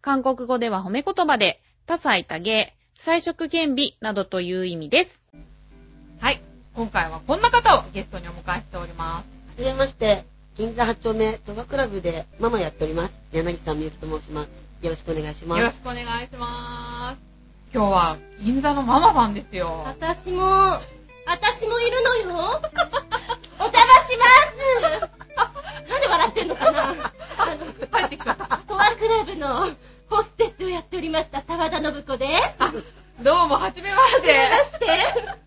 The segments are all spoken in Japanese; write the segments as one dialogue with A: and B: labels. A: 韓国語では褒め言葉で、多彩多芸、彩色兼美などという意味です。はい。今回はこんな方をゲストにお迎えしておりま
B: は
A: す。
B: じめまして、銀座8丁目トガクラブでママやっております。柳さんみゆきと申します。よろしくお願いします。
A: よろしくお願いします。今日は銀座のママさんですよ。
C: 私も、私もいるのよ。 お邪魔し ます。なんで笑ってんのかなあの、
A: 帰ってきちゃった。
C: トアクラブのホステスをやっておりました、沢田信子です。
A: どうも、はじめまして。
C: 出して。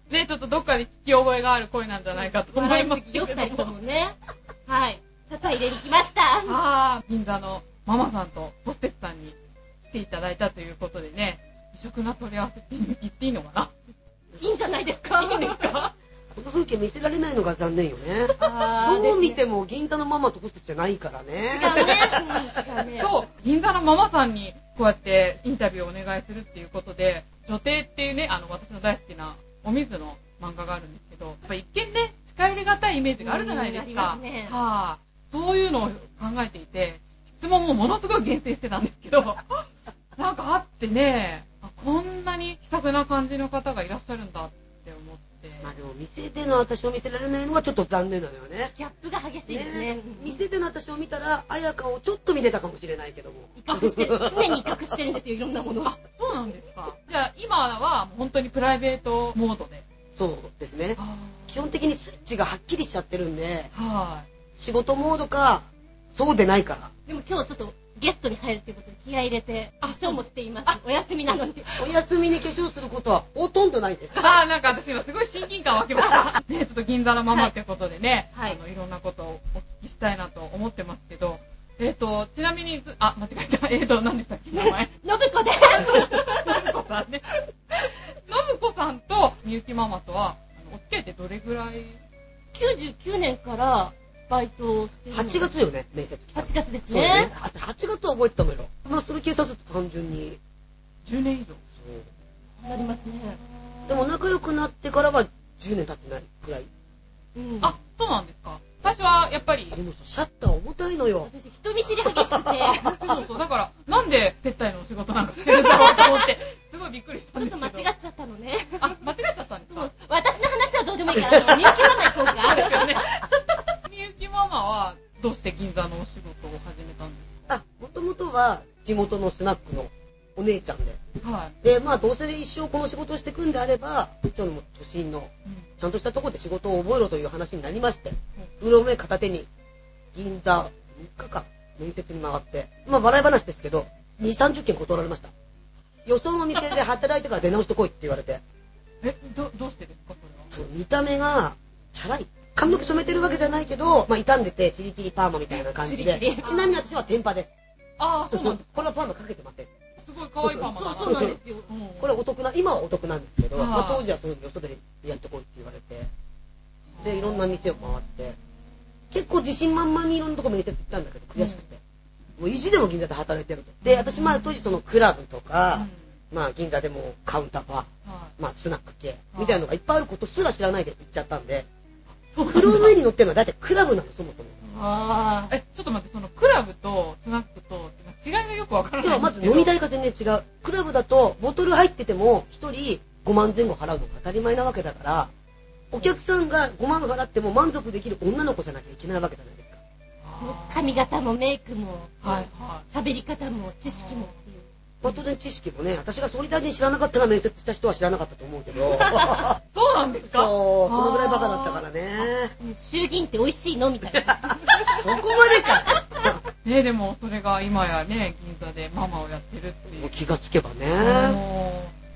A: ね、ちょっとどっかで聞き覚えがある声なんじゃないかと思います
C: 笑すぎ
A: け
C: よ、
A: れ
C: 二人
A: ど
C: と
A: も。
C: もね。はい。笹入れに来ました。
A: あー、銀座のママさんとホステスさんに来ていただいたということでね、異色な取り合わせって言っていいのか
C: いいんじゃないですか。
A: ないいんですか
B: この風景見せられないのが残念よね。
C: あー
B: どう見
C: で
B: ても銀座のママとホステスじゃないからね。
C: すね違うね。うん違うね。
A: そう、銀座のママさんにこうやってインタビューをお願いするっていうことで、女帝っていうね、あの私の大好きなお水の漫画があるんですけど、やっぱ一見ね、近寄りがたいイメージがあるじゃないで
C: う
A: す
C: んありま
A: か。
C: すね
A: はあ、そういうのを考えていて、質問もものすごい厳選してたんです けど、なんかあってね、あこんなに気さくな感じの方がいらっしゃるんだって思って。
B: まあでも店での私を見せられないのはちょっと残念なのよね。
C: ギャップが激しいです
B: ね
C: ね。
B: 店での私を見たら、彩香をちょっと見てたかもしれないけども。
C: 威嚇してる。常に威嚇してるんですよ、いろんなものを。
A: そうなんですか。じゃあ今はもう本当にプライベートモードで。
B: そうですね。
A: は
B: 基本的にスイッチがはっきりしちゃってるんで、
A: あはい。
B: 仕事モードか、そうでないから。
C: でも今日ちょっとゲストに入るっていうことで気合い入れて、
A: あ
C: 化粧もしています。お休みな のに。
B: お休みに化粧することはほとんどないです。
A: ああ、なんか私今すごい親近感湧きま した。ね、ちょっと銀座のママってことでね、
C: はい
A: あの、いろんなことをお聞きしたいなと思ってますけど、えっ、と、ちなみにず、あ、間違えた。 えっ、と、何でしたっけ 名前。
C: 信子です
A: 信子さんね。信子さんとみゆきママとは、あのお付き合いってどれぐらい
C: 99年からバイトをしてるの
B: 8月よね、面接来たの
C: 8月です
B: そう
C: ね
B: ね。あと8月は覚えてたのよ。まあ、それ計算すると単純に。
A: ?10 年以上。
C: なりますね、
B: でも仲良くなってからは10年経ってないくらい。
C: うん、
A: あ、そうなんですか。最初はやっぱり
B: こ、の人、シャッター重たいのよ。
C: 私人見知り 激しくて
A: そうそう、だから、なんで接待のお仕事なんかしてるんだろうと思って、すごいびっくりした
C: ち
A: ん
C: ょっ
A: で
C: と
A: すけど。
C: 間違っちゃったのね
A: あ、間違っちゃったんです
C: そ
A: か
C: う私の話はどうでもいいからあのみゆきママ行こう
A: そうで
C: か
A: すよね。みゆきママは、どうして銀座のお仕事を始めたんで
B: あ、もともとは地元のスナックのお姉ちゃんで。
A: すかはい。
B: で、まあ、どうせ一生この仕事をしていくんであれば、今日も都心のちゃんとしたところで仕事を覚えろという話になりまして、うろめ片手に銀座3日間面接に回って、まあ笑い話ですけど、2、30件断られました。よその店で働いてから出直してこいって言われて、
A: え、ど、どうしてですか、それ
B: 見た目がチャラい。髪の毛染めてるわけじゃないけど、まあ傷んでてチリチリパーマみたいな感じで
C: チリチリ、
B: ちなみに私は天パです。
A: は。ああ、
B: こ
A: そうなんで
B: れはパーマかけてません。
A: す。すごい可愛いパンマだな。
C: そうそうなんですよ
A: うん
B: これお得な、今はお得なんですけど、
A: あー
B: まあ当時はそういうよそでやってこいって言われて、で、いろんな店を回って、結構自信満々にいろんなとこ面接行ったんだけど、悔しくて。もう意地でも銀座で働いてると。で、私まあ当時そのクラブとか、まあ銀座でもカウンターバー、
A: うんはい
B: まあスナック系、みたいなのがいっぱいあることすら知らないで行っちゃったんで、
A: そうなんだ
B: 黒上に乗ってるのは大体クラブなの、そもそも。
C: あ
A: え、ちょっと待って、そのクラブとスナックと、違いがよくわから
B: では
A: な
B: い
A: んで
B: ますず
A: けど。
B: 飲み代が全然違う。クラブだと、ボトル入ってても、1人5万前後払うのが当たり前なわけだから、お客さんが5万払っても満足できる女の子じゃなきゃいけないわけじゃないですか。
A: あ
C: あ
A: ー
C: 髪型もメイクも
A: はい、は
C: 喋り方も知識もっていう
B: まあ当然知識もね、私が総理大臣知らなかったら面接した人は知らなかったと思うけ ど、
A: い。そうなんですか
B: そう、そのぐらいバカだったからね。
C: うん衆議院って美味しいのみたいな
B: そこまでか。
A: ね、でも、それが今やね、銀座でママをやってるって い
B: もう
A: う。
B: 気がつけばね、
A: もう、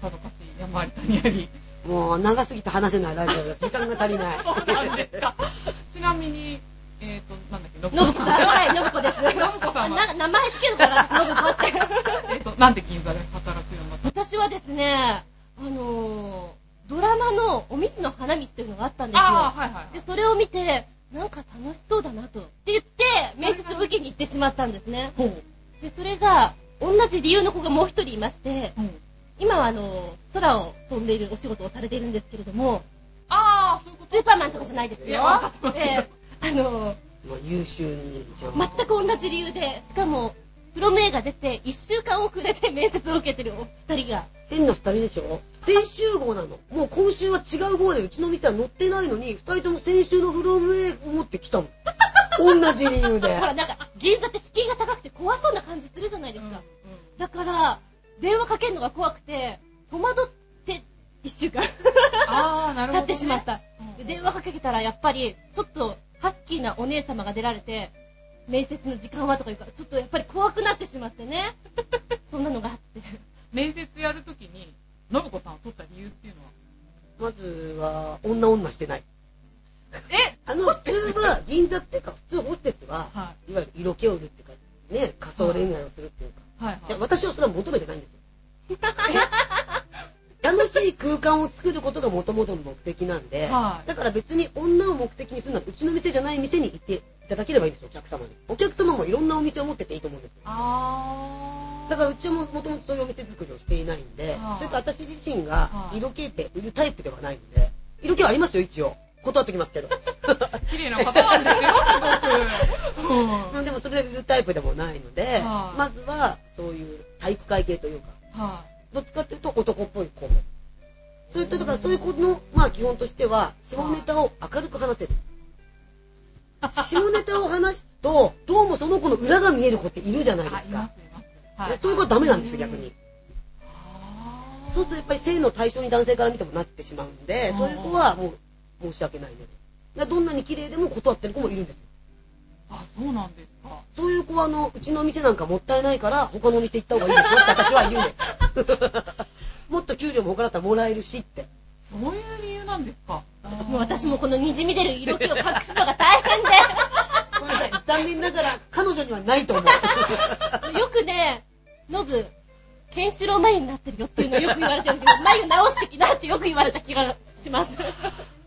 A: さぞかし山あり谷あり。
B: もう長すぎて話せないラジオだ。時間が足りない。
A: そうなんですか。 ちなみに、えっ、と、なんだっけ、信
C: 信子さんはい信子です
A: 信子さんは
C: な名前つけるから私信子って
A: えっ、と、なんで銀座で働くようになっ
C: はですね、あのードラマのお蜜の花道というのがあったんですよ。
A: ああ、はいはい、
C: で、それを見て、なんか楽しそうだなと。って言って、面接を受けに行ってしまったんですね。
A: ほう。
C: で、それが、同じ理由の子がもう一人いまして、
A: ほう。
C: 今はあの、空を飛んでいるお仕事をされているんですけれども、
A: ああ、そういうこ
C: スーパーマンとかじゃないです
A: いや
C: よ
A: わかってま。す
C: ええあの、
B: まあ、優秀にじゃあ
C: 全く同じ理由で、しかも、プロ名が出て、1週間遅れて面接を受けてるお二人が、
B: 変な二人でしょ先週号なのもう今週は違う号でうちの店は載ってないのに二人とも先週のフロムウェイを持ってきたの同じ理由で
C: ほら、なんか、銀座って敷居が高くて怖そうな感じするじゃないですか。だから、電話かけるのが怖くて、戸惑って、1週 間。
A: ああ、なる
C: 経
A: ほど、
C: っ
A: ね。
C: てしまった。で、電話かけたら、やっぱり、ちょっと、ハスキーなお姉様が出られて、面接の時間はとか言うから、ちょっとやっぱり怖くなってしまって ね。そんなのがあって。
A: 面接やるときに、信子さんを取った理由っていうのは。
B: まずは女女してない
A: え
B: あの普通は銀座っていうか普通ホステスは
A: はい
B: わゆる色気を売るっていうかね仮想恋愛をするっていうか
A: い。はい、はい。
B: じゃあ私はそれは求めてないんですよ 楽しい空間を作ることがもともとの目的なんで、
A: はい
B: だから別に女を目的にするならうちの店じゃない店に行っていただければいいんですよお客様にお客様もいろんなお店を持ってていいと思うんですよ
A: あ
B: だからうちももともとそういうお店作りをしていないんで、
A: はい
B: それと私自身が
A: はい
B: 色気って売るタイプではないので色気はありますよ一応断っときますけど
A: ー。綺麗な方なんですよ、すごく。うん。はい、
B: でもそれで売るタイプでもないので、
A: はい
B: まずはそういう体育会系というかどっちかっていうと男っぽい子も。それと、だからそういう子の、まあ基本としては、下ネタを明るく話せる。下ネタを話すと、どうもその子の裏が見える子っているじゃないです
A: あ、
B: か
A: い。ます、います。は
B: で
A: い。
B: そういう子はダメなんですよ、逆に。
A: あー
B: そうするとやっぱり性の対象に男性から見てもなってしまうんで、
A: うん
B: そういう子はもう申し訳ないね。だからどんなに綺麗でも断ってる子もいるんですよ。
A: あ、そうなんですか。
B: そういう子は、あの、うちの店なんかもったいないから、他のお店行った方がいいですよって私は言うんです。もっと給料も他だったらもらえるしって。
A: そういう理由なんですか。
C: もう私もこの滲み出る色気を隠すのが大変
B: これね残念ながら彼女にはないと思う。
C: で。 よくね、ノブ、ケンシロウ眉になってるよっていうのをよく言われてるけど、 眉直してきなってよく言われた気がし ます。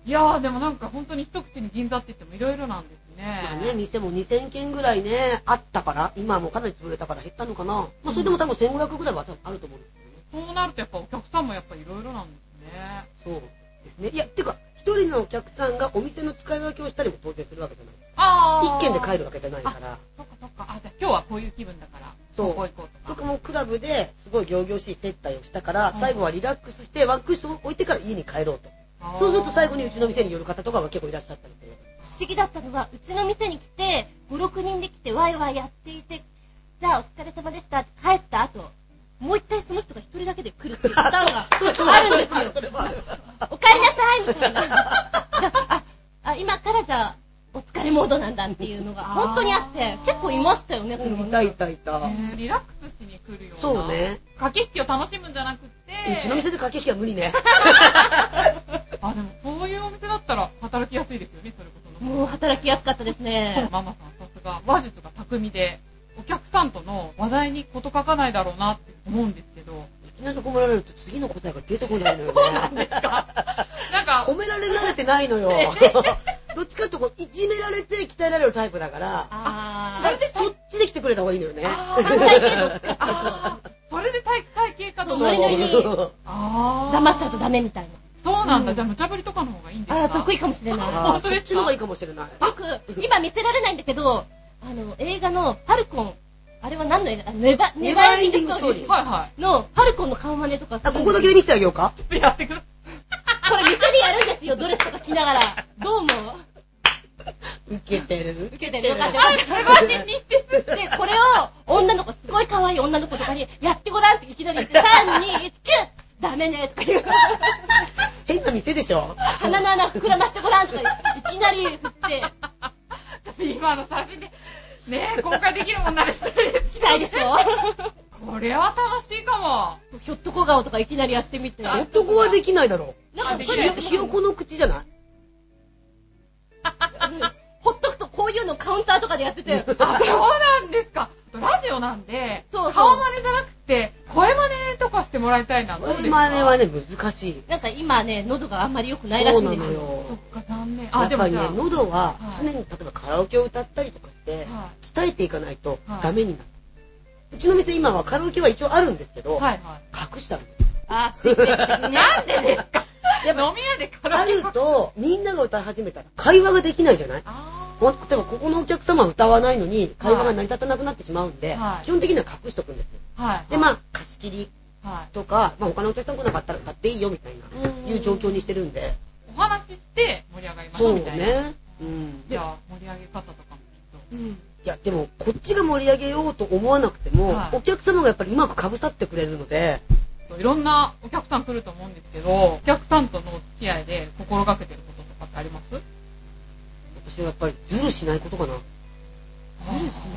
A: いやー、でもなんか本当に一口に銀座って言ってもいろいろなんですね。
B: まあね、店も2000件ぐらいね、あったから、今はもうかなり潰れたから減ったのかな。まあ、それでも多分1500ぐらいは多分あると思うんです
A: そうなるとやっぱお客さんもやっぱいろいろなんですね。
B: よね。そうですね。いや、てか、一人のお客さんがお店の使い分けをしたりも当然するわけじゃないです
A: あ
B: か。一軒で帰
A: る。
B: るわけじゃないから。
A: そっかそっか。あ、じゃあ今日はこういう気分だから、
B: そう
A: ここ行こう
B: と
A: とか。
B: かもクラブですごい仰々しい接待をしたから、
A: うん
B: 最後はリラックスしてワンクッション置いてから家に帰ろうと。
A: あー
B: そうすると最後にうちの店に寄る方とかが結構いらっしゃったりする。
C: 不思議だったのは、うちの店に来て、5、6人で来て、ワイワイやっていて、じゃあお疲れ様でしたって帰った後、もう一回その人が一人だけで来るっていう パターンがあるんですよ。
B: それはある。
C: お帰りなさいみたい な。ああ、今からじゃあ、お疲れモードなんだっていうのが本当にあって、結構いましたよね、それはね
B: いたいたいた。
A: へーリラックスしに来るような。
B: そうね。
A: 駆け引きを楽しむんじゃなくて。
B: うちの店で駆け引きは無理ね。
A: あ、でもそういうお店だったら働きやすいですよね、それこその。
C: もう働きやすかったです ね。
A: ママさんさすが、話術が巧みで、お客さんとの話題に事書かないだろうなって思うんですけど、
B: いきなり困られると次の答えが出てこないのよ ね。
A: なんか、
B: 褒められ慣れてない のよ。どっちかっていうとこう、いじめられて鍛えられるタイプだから、
C: あー
B: そっちで来てくれた方がいいのよね。
A: あ
C: 関
A: ー
C: 西系どっちかっていう
A: あーそれで体育会系か
C: そ
A: と
C: う
A: 思
C: ノ
A: う
C: リノリに
B: そう
A: あ
C: と
A: ー
C: 黙っちゃうとダメみたいな。
A: そうなんだ、じゃあ無茶ぶりとかの方がいいんですか
C: ああ、得意かもしれない。
B: あー
A: 本当ですか
B: そっちの方がいいかもしれない。
C: 僕、今見せられないんだけど、あの、映画の、ファルコン、あれは何の映画あネバ、ネ
B: ネ
C: バ
B: バ
C: ー
B: ー
C: エ
B: エ
C: ン
B: ン
C: デ
B: デ
C: ィ
B: ィ
C: ン
B: ングス
C: グスト
B: ト
C: ー
B: ー
C: リ
B: リ
C: ー
B: ー
A: はいは
C: の、ファルコンの顔真似とかする
B: あ、
C: んで
B: ここだけで見せてあげようか。
A: い。やってくる。
C: これ店でやるんですよ、ドレスとか着ながら。どうも。
B: 受けてる。
C: 受けてる。よかったよ
A: あ
C: かっ
A: すごいね、似てる。
C: た。で、これを、女の子、すごい可愛い女の子とかに、やってごらんっていきなり言って、3、2、1、キュッダメねとか言う。
B: 変な店でしょ
C: 鼻の穴膨らましてごらんとか言って、いきなり振って、
A: 今の写真で、ねえ、公開できるもんならしたいです。
C: したいでしょ
A: これは楽しいか
C: ひょっとこ顔とかいきなりやってみて。なんか
B: 男はできないだろう。
C: こ
B: ひ
C: れ
B: よ、、ひよこの口じゃない
C: ほっとくとこういうのカウンターとかでやってて、
A: も。あ、そうなんですか。とラジオなんで、
C: そうそう
A: 顔真似じゃなくて、声真似とかしてもらいたいな。どうですか
B: 声真似はね、難しい。
C: なんか今ね、喉があんまり良くないらしいんですよ。
A: そっか、残念。
B: や
A: あ、
B: っ
A: で
B: ぱ
A: も
B: り
A: じ
B: ね
A: ゃあ、、
B: 喉は
A: はい
B: 常に例えばカラオケを歌ったりとかして、
A: は
B: 鍛えていかないと
A: はい
B: ダメになる。うちの店今はカラオケは一応あるんですけ
A: い
B: ど、
A: はいは
B: 隠したんです。
C: あ、しね、なんでですか
A: い。飲み屋でカラ
B: あ
A: オケ
B: ると、みんなが歌い始めたら会話ができないじゃない
A: あ
B: ほん例えばここのお客様は歌わないのに会話が成り立たなくなってしまうんで、
A: はい
B: 基本的には隠しとくんですよ。
A: ーはい。
B: で、まあ、貸し切り
A: はい。
B: とか、まあ他のお客さん来なかったら歌っていいよみたいな、いう状況にしてるんで。
A: お話しして盛り上がりまし
B: そう
A: ょうみたいな。
B: ね。うん。
A: じ
B: で
A: ゃあ、盛り上げ方とかもきっと。
B: いや、でも、こっちが盛り上げようと思わなくても、
A: はい
B: お客様がやっぱりうまくかぶさってくれるので、
A: いろんなお客さん来ると思うんですけど、お客さんとのお付き合いで心がけてることとかってあります
B: 私はやっぱりズルしないことかな。
A: ずるし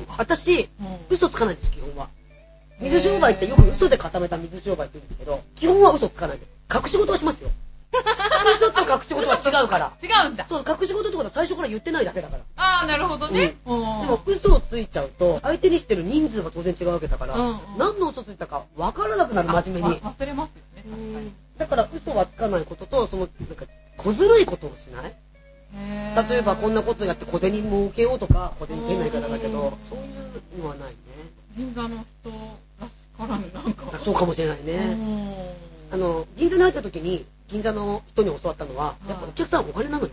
B: うん私、
A: ない。うん
B: 嘘つかないです、基本は。水商売ってよく嘘で固めた水商売って言うんですけど、基本は嘘つかないです。隠し事はします よ。嘘と隠し事は違うから。
A: 違うんだ。
B: そう、隠し事ってことは最初から言ってないだけだから。
A: ああ、なるほどね。うん
B: でも嘘をついちゃうと、相手にしてる人数が当然違うわけだから、
A: うんうん
B: 何の嘘ついたか分からなくなる、真面目に。
A: わ忘れますよね、確かに。
B: だから嘘はつかないことと、その、なんか、小ずるいことをしない
A: へー
B: 例えばこんなことやって小銭儲けようとか、小銭出ないからだけ
A: うん
B: ど、そういうのはないね。
A: 銀座の人らしからぬなんか
B: あそうかもしれないうね。
A: ん
B: あの、銀座に入った時に、銀座の人に教わったのは
A: は、い
B: やっぱお客さんお金なのよ。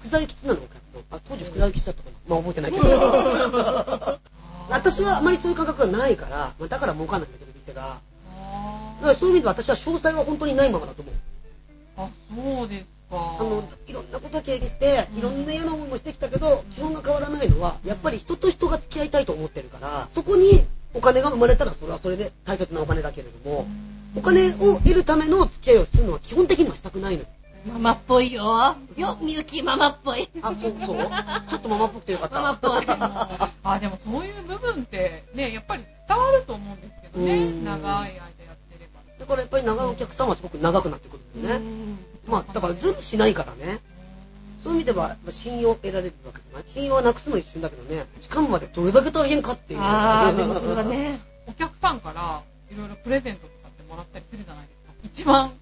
B: 福沢諭吉なの、お客さん。あ、当時福沢諭吉だったかな。まあ覚えてないけ ど。私はあまりそういう感覚がないから、まあだから儲かんないんだけど、店が。
A: あ
B: だ
A: ー
B: からそういう意味で私は詳細は本当にないままだと思う。
A: あそうですか
B: あの、いろんなことを経験して、
A: うん
B: いろんな嫌な思いもしてきたけど、基本が変わらないのは、やっぱり人と人が付き合いたいと思ってるから、そこにお金が生まれたらそれはそれで大切なお金だけれども、お金を得るための付き合いをするのは基本的にはしたくないのよ。
C: ママっぽいよ。よ、みゆきママっぽい。
B: あ、そうそう。ちょっとママっぽくてよかった。
C: ママ っぽい。
A: あでもそういう部分ってねやっぱり伝わると思うんですけど
B: う
A: ね
B: ん
A: 長い間やってれば
B: だからやっぱり長いお客さんはすごく長くなってくるんだよね。まあ、だからズルしないからね。そういう意味では、やっぱ信用を得られるわけじゃない。信用はなくすの一瞬だけどね、掴むまでどれだけ大変かっていう。
C: あー、でもそれはね。
A: お客さんからいろいろプレゼントとかってもらったりするじゃないですか一番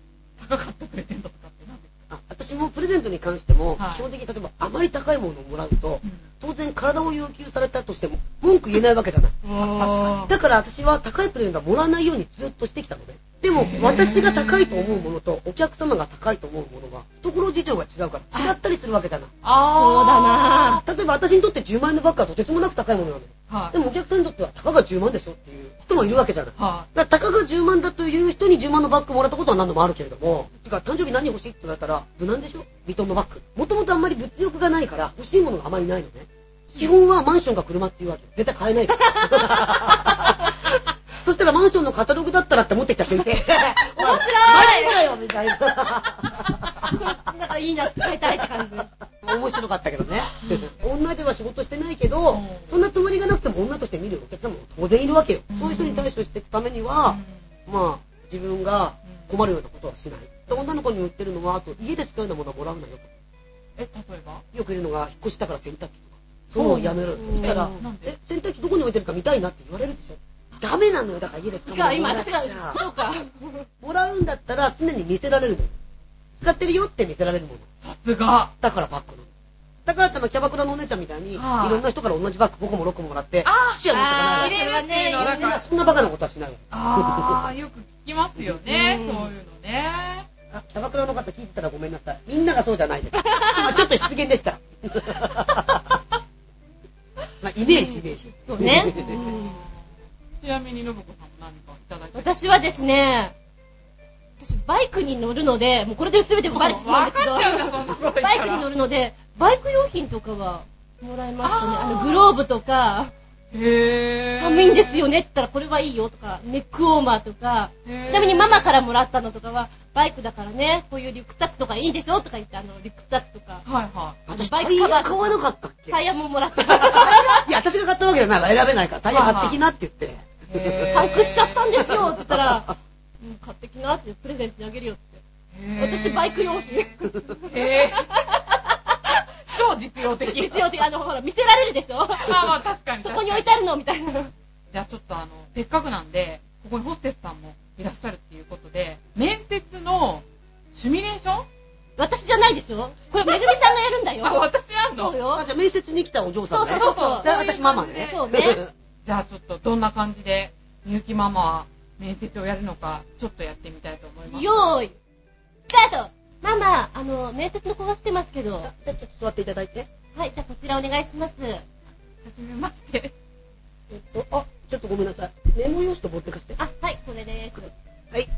A: 高かったプレゼントとかって何です
B: あ私もプレゼントに関しても、
A: はい
B: 基本的に例えばあまり高いものをもらうと、
A: うん
B: 当然体を要求されたとしても文句言えないわけじゃない。
A: あ
B: だから私は高いプレゼントはもらわないようにずっとしてきたのね。でも私が高いと思うものとお客様が高いと思うものは懐事情が違うから違ったりするわけじゃない。
C: そうだ
A: あ
C: な
B: 例えば私にとって10万円のバッグはとてつもなく高いものなのよ。
A: そうだなはい
B: でもお客さんにとってはたかが10万でしょっていう人もいるわけじゃない。
A: は
B: だからたかが10万だという人に10万のバッグもらったことは何度もあるけれども、てか誕生日何欲しいって言われたら、無難でしょビトンのバッグ。もともとあんまり物欲がないから、欲しいものがあまりないのね。基本はマンションか車っていうわけ。絶対買えない から。そしたらマンションのカタログだったらって持ってきた人いて。 面白いマジかよみたいな。
C: そう、だからいいな、伝えたいって感 じ。
B: 面白かったけどね。女では仕事してないけど、
A: うん
B: そんなつもりがなくても女として見るお客様も当然いるわけよ。そういう人に対処していくためには、まあ、自分が困るようなことはしない。で女の子にも言ってるのは、あと、家で使うようなものはもらうなよと。
A: え例えば
B: よく言うのが、引っ越したから洗濯機とか。そういうのをやめろ。そしたら
A: うんなん、で
B: え、洗濯機どこに置いてるか見たいなって言われるでしょ。ダメなのよ、だから家で使うもの
C: が、
B: はも
C: 今
B: らっ
C: 私
B: ち
C: が、
B: ゃ
C: そうか。
B: う。もらうんだったら、常に見せられるもの。使ってるよって見せられるもの。
A: さすが
B: だからバッグなの。だからってあのキャバクラのお姉ちゃんみたいに、い
A: はい
B: ろんな人から同じバッグ5個も6個もらって、
A: あ
B: シュッ持ってか
C: あ
B: な
C: ー、
B: い
C: れはね、
A: あ
B: み
A: ー
B: んな
A: だ
B: そんなバカなことはしないわ
A: ああ、よく聞きますよね、
C: うん
A: そういうのね。
B: あキャバクラの方聞いてたらごめんなさい。みんながそうじゃないです。今ちょっと失言でした。 まあ、イメージ、イメージ。
C: そうね。
A: ちなみに、信子さんも何かいただいて。
C: 私はですね、私バイクに乗るので、もうこれで全て バレてしまうんですけど、
A: わかっちゃうなそんなこと言ったら
C: バイクに乗るので、バイク用品とかはもらいましたね。あの、グローブとか、
A: へー。
C: 寒いんですよねって言ったらこれはいいよとか、ネックウォーマーとか、
A: へー
C: ちなみにママからもらったのとかは、バイクだからね、こういうリュックサックとかいいでしょとか言って、あの、リュックサックとか、
A: はいは
B: 私、
C: バ
B: タ
C: イ
B: イ
C: クカ
B: ヤ
C: バー
B: 買わなかったっけ
C: タイヤももら った。
B: いや、私が買ったわけじゃないわ。選べないから、タイヤ買ってきなって言って。
A: い。へ
C: パンクしちゃったんですよって言っ たら、うん、買ってきなってプレゼントにあげるよって。
A: へー
C: 私バイク用品。
A: へー。超実用的的。
C: 実用的。あの、ほら、見せられるでし ょ
A: まあまあ確かに確かに。
C: そこに置いてあるのみたいなの。
A: じゃあちょっとあの、せっかくなんで、ここにホステスさんもいらっしゃるっていうことで、面接のシミュレーション
C: 私じゃないでしょこれ、めぐみさんがやるんだ
A: あ、
C: よ。
A: 私なん
C: そう
A: ぞ。
C: よ
B: あ、。じゃあ面接に来たお嬢さんね。
C: そうそうそう
B: じゃあ私ママね。
C: そうね
A: じゃあちょっとどんな感じで、みゆきママは面接をやるのか、ちょっとやってみたいと思います。
C: よーい。スタートママ、あの、面接の子が来てますけど。
B: じゃあちょっと座っていただいて。
C: はい、じゃあこちらお願いします。
A: はじめまして。
B: えっと、あ、ちょっとごめんなさい。メモ用紙と持ってかして。
C: あ、はい、これです。
B: はい。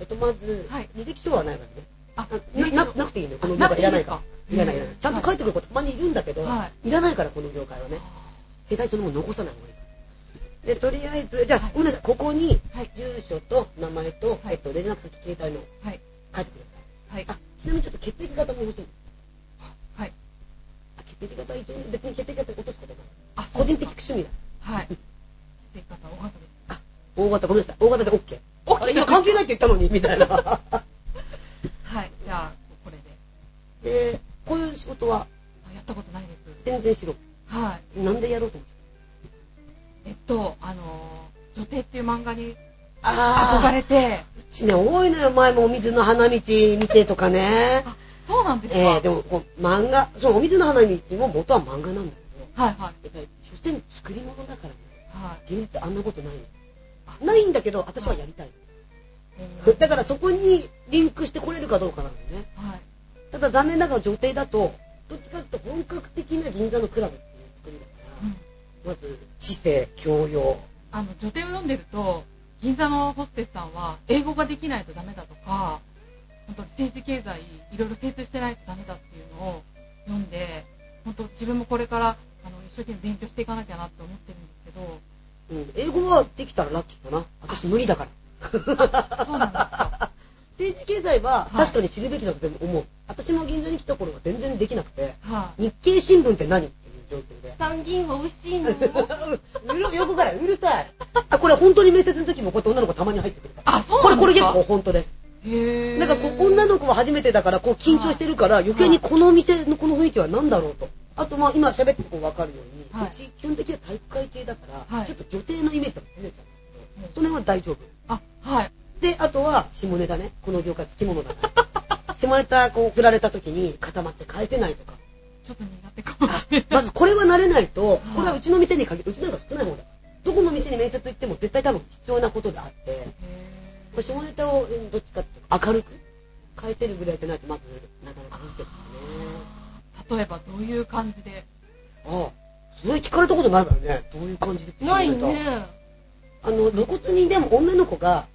B: えっと、まず、
A: はい
B: 履歴書はないわけ
A: あ
B: ね。な、ななくていいのよ。この業
A: なく
B: 界
A: て
B: いらな
A: いいんで
B: い
A: す
B: か。
A: から
B: いらない、いらない。ちゃんと書いてくる子たまにいるんだけど、、
A: はい
B: らないから、この業界はね。携帯そのもの残さない方がいい。で、とりあえず、じゃあ、
A: はい
B: ごめんなさい。ここに、
A: はい。
B: 住所と名前と、
A: はい
B: えっと、連絡先、携帯の、
A: はい。
B: 書いてください。
A: はい。
B: あ、ちなみにちょっと血液型も欲しいんです。
A: はい。
B: あ血液型は一応、別に血液型落とすことない。
A: あ
B: 個人的趣味だ。
A: はい。せっかくお方です。
B: 大型、ごめんなさい。大型で OK。あれ、今関係ないって言ったのに、みたいな。
A: はい。じゃあ、これで。
B: で、こういう仕事は
A: あやったことないです。
B: 全然しろ。
A: はい。
B: なんでやろうと思っち
A: えっと、あのー、女帝っていう漫画に
B: ゃう。
A: 憧
B: あー。
A: れて、
B: うちね、多いのよ。前もお水の花道見てとかね。
A: あ、そうなんですか。
B: えー、でもこう、漫画、そのお水の花道も元は漫画なんだ
A: はいはい。
B: けど、やっぱり所詮作り物だからね。
A: はい。
B: 現実あんなことないの。ないんだけど、私はやりたい。
A: うん
B: だからそこにリンクしてこれるかどうかなのね。
A: はい。
B: ただ残念ながら女帝だと、どっちかというと本格的な銀座のクラブっていう作りだから、
A: うん
B: まず知性、教養、
A: あの、女帝を読んでると、銀座のホステスさんは、英語ができないとダメだとか、本当に政治経済、いろいろ精通してないとダメだっていうのを読んで、本当自分もこれから、あの、一生懸命勉強していかなきゃなって思ってるんですけど、
B: うん、英語はできたらラッキーかな。私無理だから。
A: そうなんですか。
B: 政治経済は
A: はい
B: 確かに知るべきだとでも思う。私も銀座に来た頃は全然できなくて、
A: はい、
B: 日経新聞って何っていう状況で。
C: 参議院は美味しい の
B: うる横からうるさい。あ、これ本当に面接の時もこうやって女の子たまに入ってくるから。
A: あ、そう
B: こ
A: な
B: れ、
A: ん
B: これ
A: です
B: 結
A: か
B: 構本当です。
A: へー
B: なんかこう、女の子は初めてだから、こう緊張してるから、余計にこのお店のこの雰囲気は何だろうと。あとまあ今喋ってこう分かるように、
A: はいう
B: ち基本的には体育会系だから、
A: はい
B: ちょっと女帝のイメージとかずれちゃうんだ
A: うん
B: けど、その辺は大丈夫。
A: あ、はい。
B: で、あとは下ネタね。この業界付き物だ から。下ネタこう振られた時に固まって返せないとか。
A: ちょっと苦手かもしれない。
B: まずこれは慣れない と、これはうちの店に限る、うちなんか少ない方だ。どこの店に面接行っても絶対多分必要なことであって、
A: へ
B: これ下ネタをうんどっちかっていうと明るく返せるぐらいじゃないとまずなかなか難しいですよね。
A: ー例えばどういう感じで
B: ああ、それ聞かれたことないわよね。どういう感じで
C: ない
B: 下ネ
C: ね。
B: タあの、露骨にでも女の子が、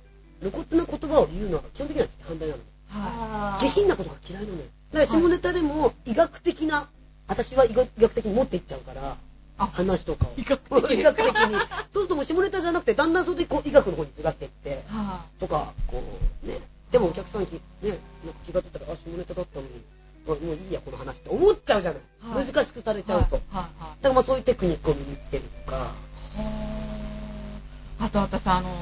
B: 露骨な言葉を言うのは基本的には反対なの。
A: は
B: 下品なことが嫌いなのよ。だから下ネタでも医学的な、私は医学的に持っていっちゃうから、
A: あ
B: 話とかを。
A: 医学的に
B: 医学的に。そうするともう下ネタじゃなくて、だんだんそれでこう医学の方にずらしていって
A: い。、は
B: とか、こう、ね。でもお客さんき、ね、なんか気がついたら、あ、下ネタだったのに、あもういいや、この話って思っちゃうじゃない。
A: はい
B: 難しくされ
A: い。
B: ちゃうと。
A: はい。はいはい。
B: だからまあそういうテクニックを身につけるとか、
A: あと私、あのー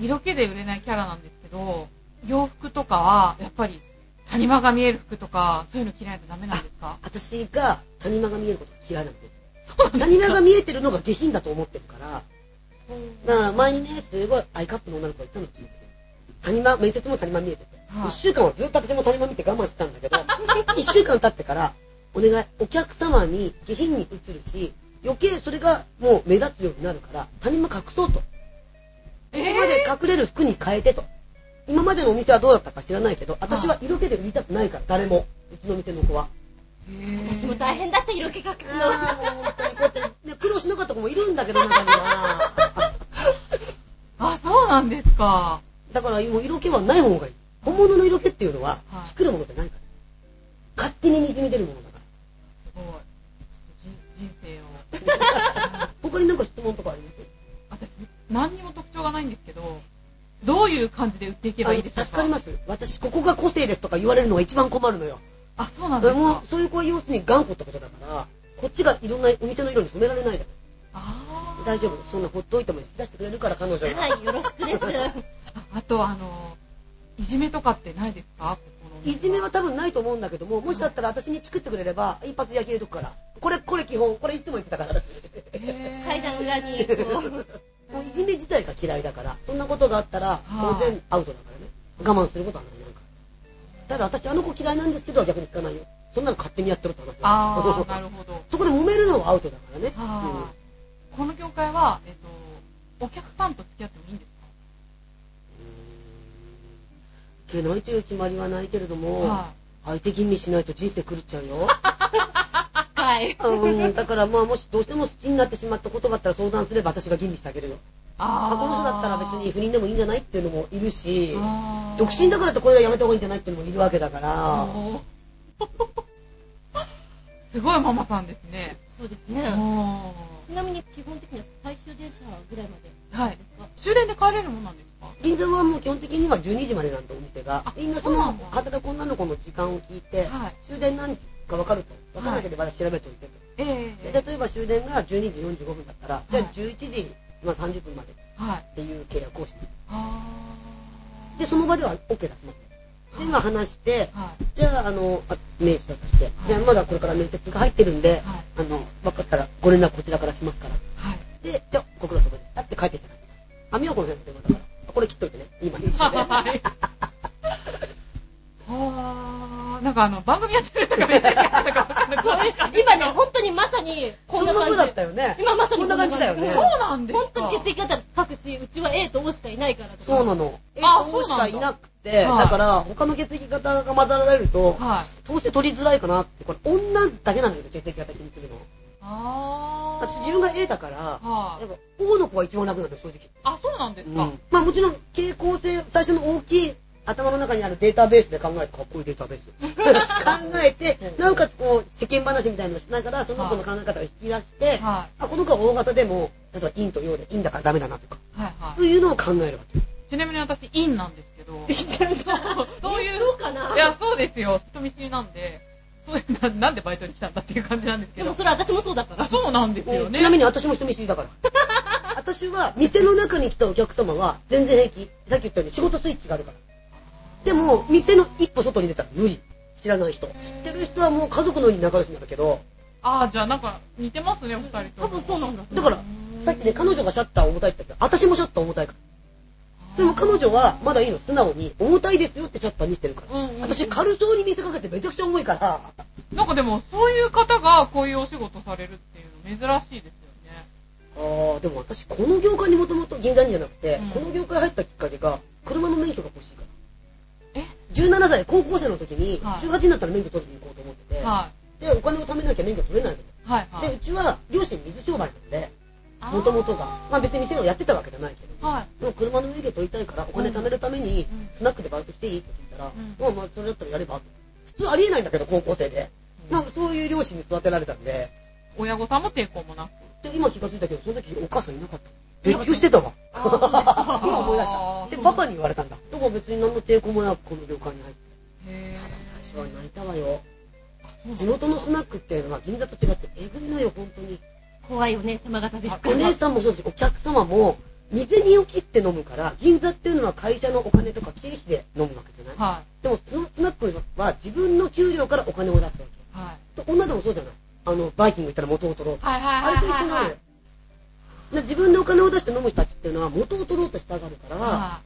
A: 色気で売れないキャラなんですけど、洋服とかは、やっぱり、谷間が見える服とか、そういうの着ないとダメなんですか
B: 私が谷間が見えることが嫌いなので、谷間が見えてるのが下品だと思ってるから、だから前にね、すごいアイカップの女の子がいたのって言うんですよ。谷間、面接も谷間見えてて、
A: はい
B: 1週間はずっと私も谷間見て我慢してたんだけ ど、1週間経ってから、お願い、お客様に下品に映るし、余計それがもう目立つようになるから、谷間隠そうと。
A: えー
B: 今まで隠れる服に変えてと。今までのお店はどうだったか知らないけど、私は色気で売りたくないから、誰も。うちの店の子は。
C: 私も大変だった、色気がくの。
B: あーもう本当にこうやって、ね、苦労しなかった子もいるんだけど、中には。
A: あ、そうなんですか。
B: だから、もう色気はない方がいい。本物の色気っていうのは
A: は、い
B: 作るものじゃないから。勝手に滲み出るものだか
A: すごい。ちょっと人人生を。
B: ら。他になんか質問とかあります
A: 私、何にも特徴がないんですけど、どういう感じで売っていけばいいです
B: あの助か
A: か
B: ります。私、ここが個性ですとか言われるのが一番困るのよ。
A: あ、そうなんです
B: も
A: か
B: う、。そういう子は要するに頑固ってことだから、こっちがいろんなお店の色に染められないだろ。
A: あー
B: 大丈夫。そんなほっといても引き出してくれるから、彼女が。
C: はい、よろしくです。
A: ああと、あのーいじめとかってないですかここのお
B: いじめは多分ないと思うんだけども、もしだったら私にチクってくれれば、一発焼き入れとくから。これ、これ基本、これいつも言ってたから私。
C: 階段裏に、こう、
B: もういじめ自体が嫌いだから、そんなことがあったら、
A: はい
B: 当然アウトだからね。我慢することはない、なんか。ただ私、あの子嫌いなんですけど、逆に聞かないよ。そんなの勝手にやってるって話
A: ああ、なるほど。
B: そこで揉めるのはアウトだからね。
A: はあ、この業界は、えっと、お客さんと付き合ってもいいんです
B: うん。いけないという決まりはないけれど
A: か、
B: も、
A: は
B: 相手吟味しないと人生狂っちゃうよ。
C: 深い。
B: うん、だからまあもしどうしても好きになってしまったことがあったら相談すれば私が吟味してあげるよ。
A: あ
B: あ、その人だったら別に不倫でもいいんじゃないっていうのもいるし、
A: あー
B: 独身だからってこれはやめた方がいいんじゃないっていうのもいるわけだから、
A: おーすごいママさんですね。
C: そうですね。
A: お
C: ちなみに基本的には最終電車ぐらいまで
A: ーはい
C: で。すか
A: 終電で帰れるもんなんですか
B: 銀座はもう基本的には12時までなんてお店が
A: あ、
B: みんなそ
A: そうな
B: の
A: んだ
B: 働く女の子の時間を聞いて、
A: はい。
B: 終電何時か分かると。分からなければ私調べておいて。
A: ええ
B: で例えば終電が12時45分だったら、じゃあ
A: はい
B: 11時、まあ、30分までっ
A: はい。
B: ていう契約をして、
A: あー
B: で、その場では OK 出しますね。で、今話して、
A: は
B: じゃあ、あの、あ名刺渡して、じゃあまだこれから面接が入ってるんで
A: い。、はい。
B: あの、分かったらご連絡こちらからしますから。
A: はい。
B: で、じゃあ、ご苦労様でしたって書いていただきます。あ、美代子の先生もだから、これ切っといてね。今、編集で。
A: はい。はー、なんかあの、番組やってるとか見たらなんかわかんない
C: こ れ今ね、本当にまさに、こ
B: こ
C: ん
B: んな
C: な感
B: 風
C: じ。
B: だったよね。
C: 今まさに
B: こんな感じだよ
A: そ
B: ね
A: う。なんです
C: 本
A: か
C: 当に血液型書くし、うちは A と O しかいないからとか。
B: そうなの。え
A: あ
B: と、しかいなくて、
A: そうなんだ
B: だから、他の血液型が混ざられると、
A: はい。
B: どうして取りづらいかなって、これ、女だけなんだけど、血液型気にするの。
A: あー。
B: 私、自分が A だから、
A: は
B: や
A: い
B: っ。ぱ、O の子が一番楽なの、正直。
A: あ、そうなんですか。
B: まあもちろん傾向性、最初の大きい頭の中にあるデータベースで考えて、かっこいいデータベース。 考えて、なおかつこう、世間話みたいなのをしながら、その子の考え方を引き出して、
A: は
B: あ、この子は O 型でも、例えば陰と陽で陰だからダメだなとか、
A: い。はいは
B: というのを考えるわけ。
A: い。ちなみに私、インなんですけど、そういう、
C: そうかない
A: や、そうですよ。人見知りなんで、そういうな、なんでバイトに来たんだっていう感じなんですけ
C: で
A: ど。
C: もそれ私もそうだから
A: あ。そうなんですよね。
B: ちなみ
A: に、
B: に私も人見知りだ から。私は、店の中に来たお客様は、全然平気。さっき言ったように仕事スイッチがあるから。でも、店の一歩外に出たら無理。知らない人。知ってる人はもう家族のように仲良しになるけど、
A: あー、じゃあなんか、似てますね、お二人と。
C: 多分そうなんだ。
B: だから、さっきね、彼女がシャッター重たいって言ったけど、私もシャッター重たいから。それも彼女は、まだいいの、素直に、重たいですよってシャッター見せてるから。
A: うんうん
B: 私、軽そうに見せかけてめちゃくちゃ重いから。
A: なんかでも、そういう方がこういうお仕事されるっていうの珍しいですよね。
B: あー、でも私、この業界にもともと銀座にじゃなくて、
A: うん
B: この業界入ったきっかけが、車の免許が欲しいから。
A: え
B: 17歳、高校生の時に、
A: はい
B: 18になったら免許取りに行こうと思ってて、
A: は
B: で、お金を貯めなきゃ免許取れない
A: い。はい
B: の。
A: は
B: で、
A: い。
B: うちは、両親水商売なんで、もともとが。まあ別に店をやってたわけじゃないけど。
A: はい。
B: でも車の免許取りたいからお金貯めるために
A: うん
B: スナックでバイトしていいって聞いたら、
A: ん
B: まあまあそれだったらやれば普通ありえないんだけど高校生で、まあそういう両親に育てられたんで
A: 親御さんも抵抗もなく。
B: で今気がついたけどその時お母さんいなかった別居してたわ 今思い出したでパパに言われたんだだから別に何の抵抗もなくこの業界に入って
A: へ
B: ただ最初
A: ぇ
B: は泣いたわよ
A: ー。
B: 地元のスナックっていうのは銀座と違ってえぐいのよ本当に
C: 怖いお姉様方ですか
B: お
C: ら。
B: 姉さんもそうですしお客様も水銭を切って飲むから銀座っていうのは会社のお金とか経費で飲むわけじゃない
A: は
B: でも、そのスナックは自分の給料からお金を出すわ
A: い。はい。
B: け。女でもそうじゃないあの、バイキング行ったら元を取ろうと。
A: はいはい
B: あ
A: はいはい。
B: れと一緒なのよ。で自分でお金を出して飲む人たちっていうのは元を取ろうとしたがるから、
A: は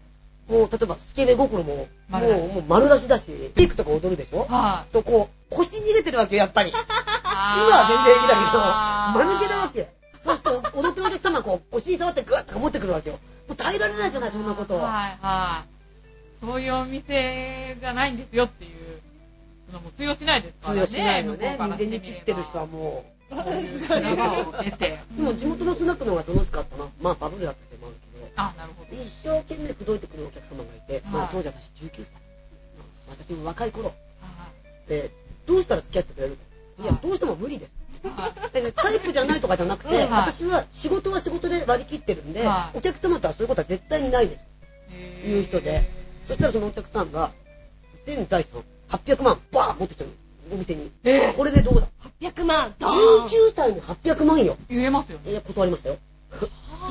B: もう例えばスケベ心も、
A: 丸
B: も
A: 出し
B: うもう丸出しだし、ピークとか踊るでしょ
A: い。はい。
B: とこう、腰に入れてるわけよ、やっぱり。今は全然平気だけど、間抜けなわけ。そうすると、踊ってるお客様はこう、腰に触ってグッと持ってくるわけよ。もう耐えられないじゃない、そんなことを。
A: はいはい。そういうお店じゃないんですよっていうのも通用しないですか
B: 通
A: らね。
B: 用しないよね
A: 向こうからし
B: 水
A: み
B: に
A: れば
B: 切ってる人はもう。
A: そういう品を得て。
B: でも地元のスナックの方が楽しかったな。まあバブルだったせいもあるけ
A: あ、なるほ
B: ど、一生懸命口説いてくるお客様がいて、まあ当時私19歳。まあ私も若い頃。
A: ど。
B: で、どうしたら付き合ってくれるか。いや
A: は、い
B: どうしても無理です。
A: はいはい
B: だからタイプじゃないとかじゃなく
A: うん
B: て、
A: はい
B: 私は仕事は仕事で割り切ってるんで
A: は、い
B: お客様とはそういうことは絶対にないです。
A: へー
B: いう人でそしたらそのお客さんが、全財産800万バーン持ってきたの。お店に。
A: え
B: これでどうだ
C: 100万、ドーン
B: ?19 歳に800万よ。
A: ー、揺れますよね。
B: いや、断りましたよ。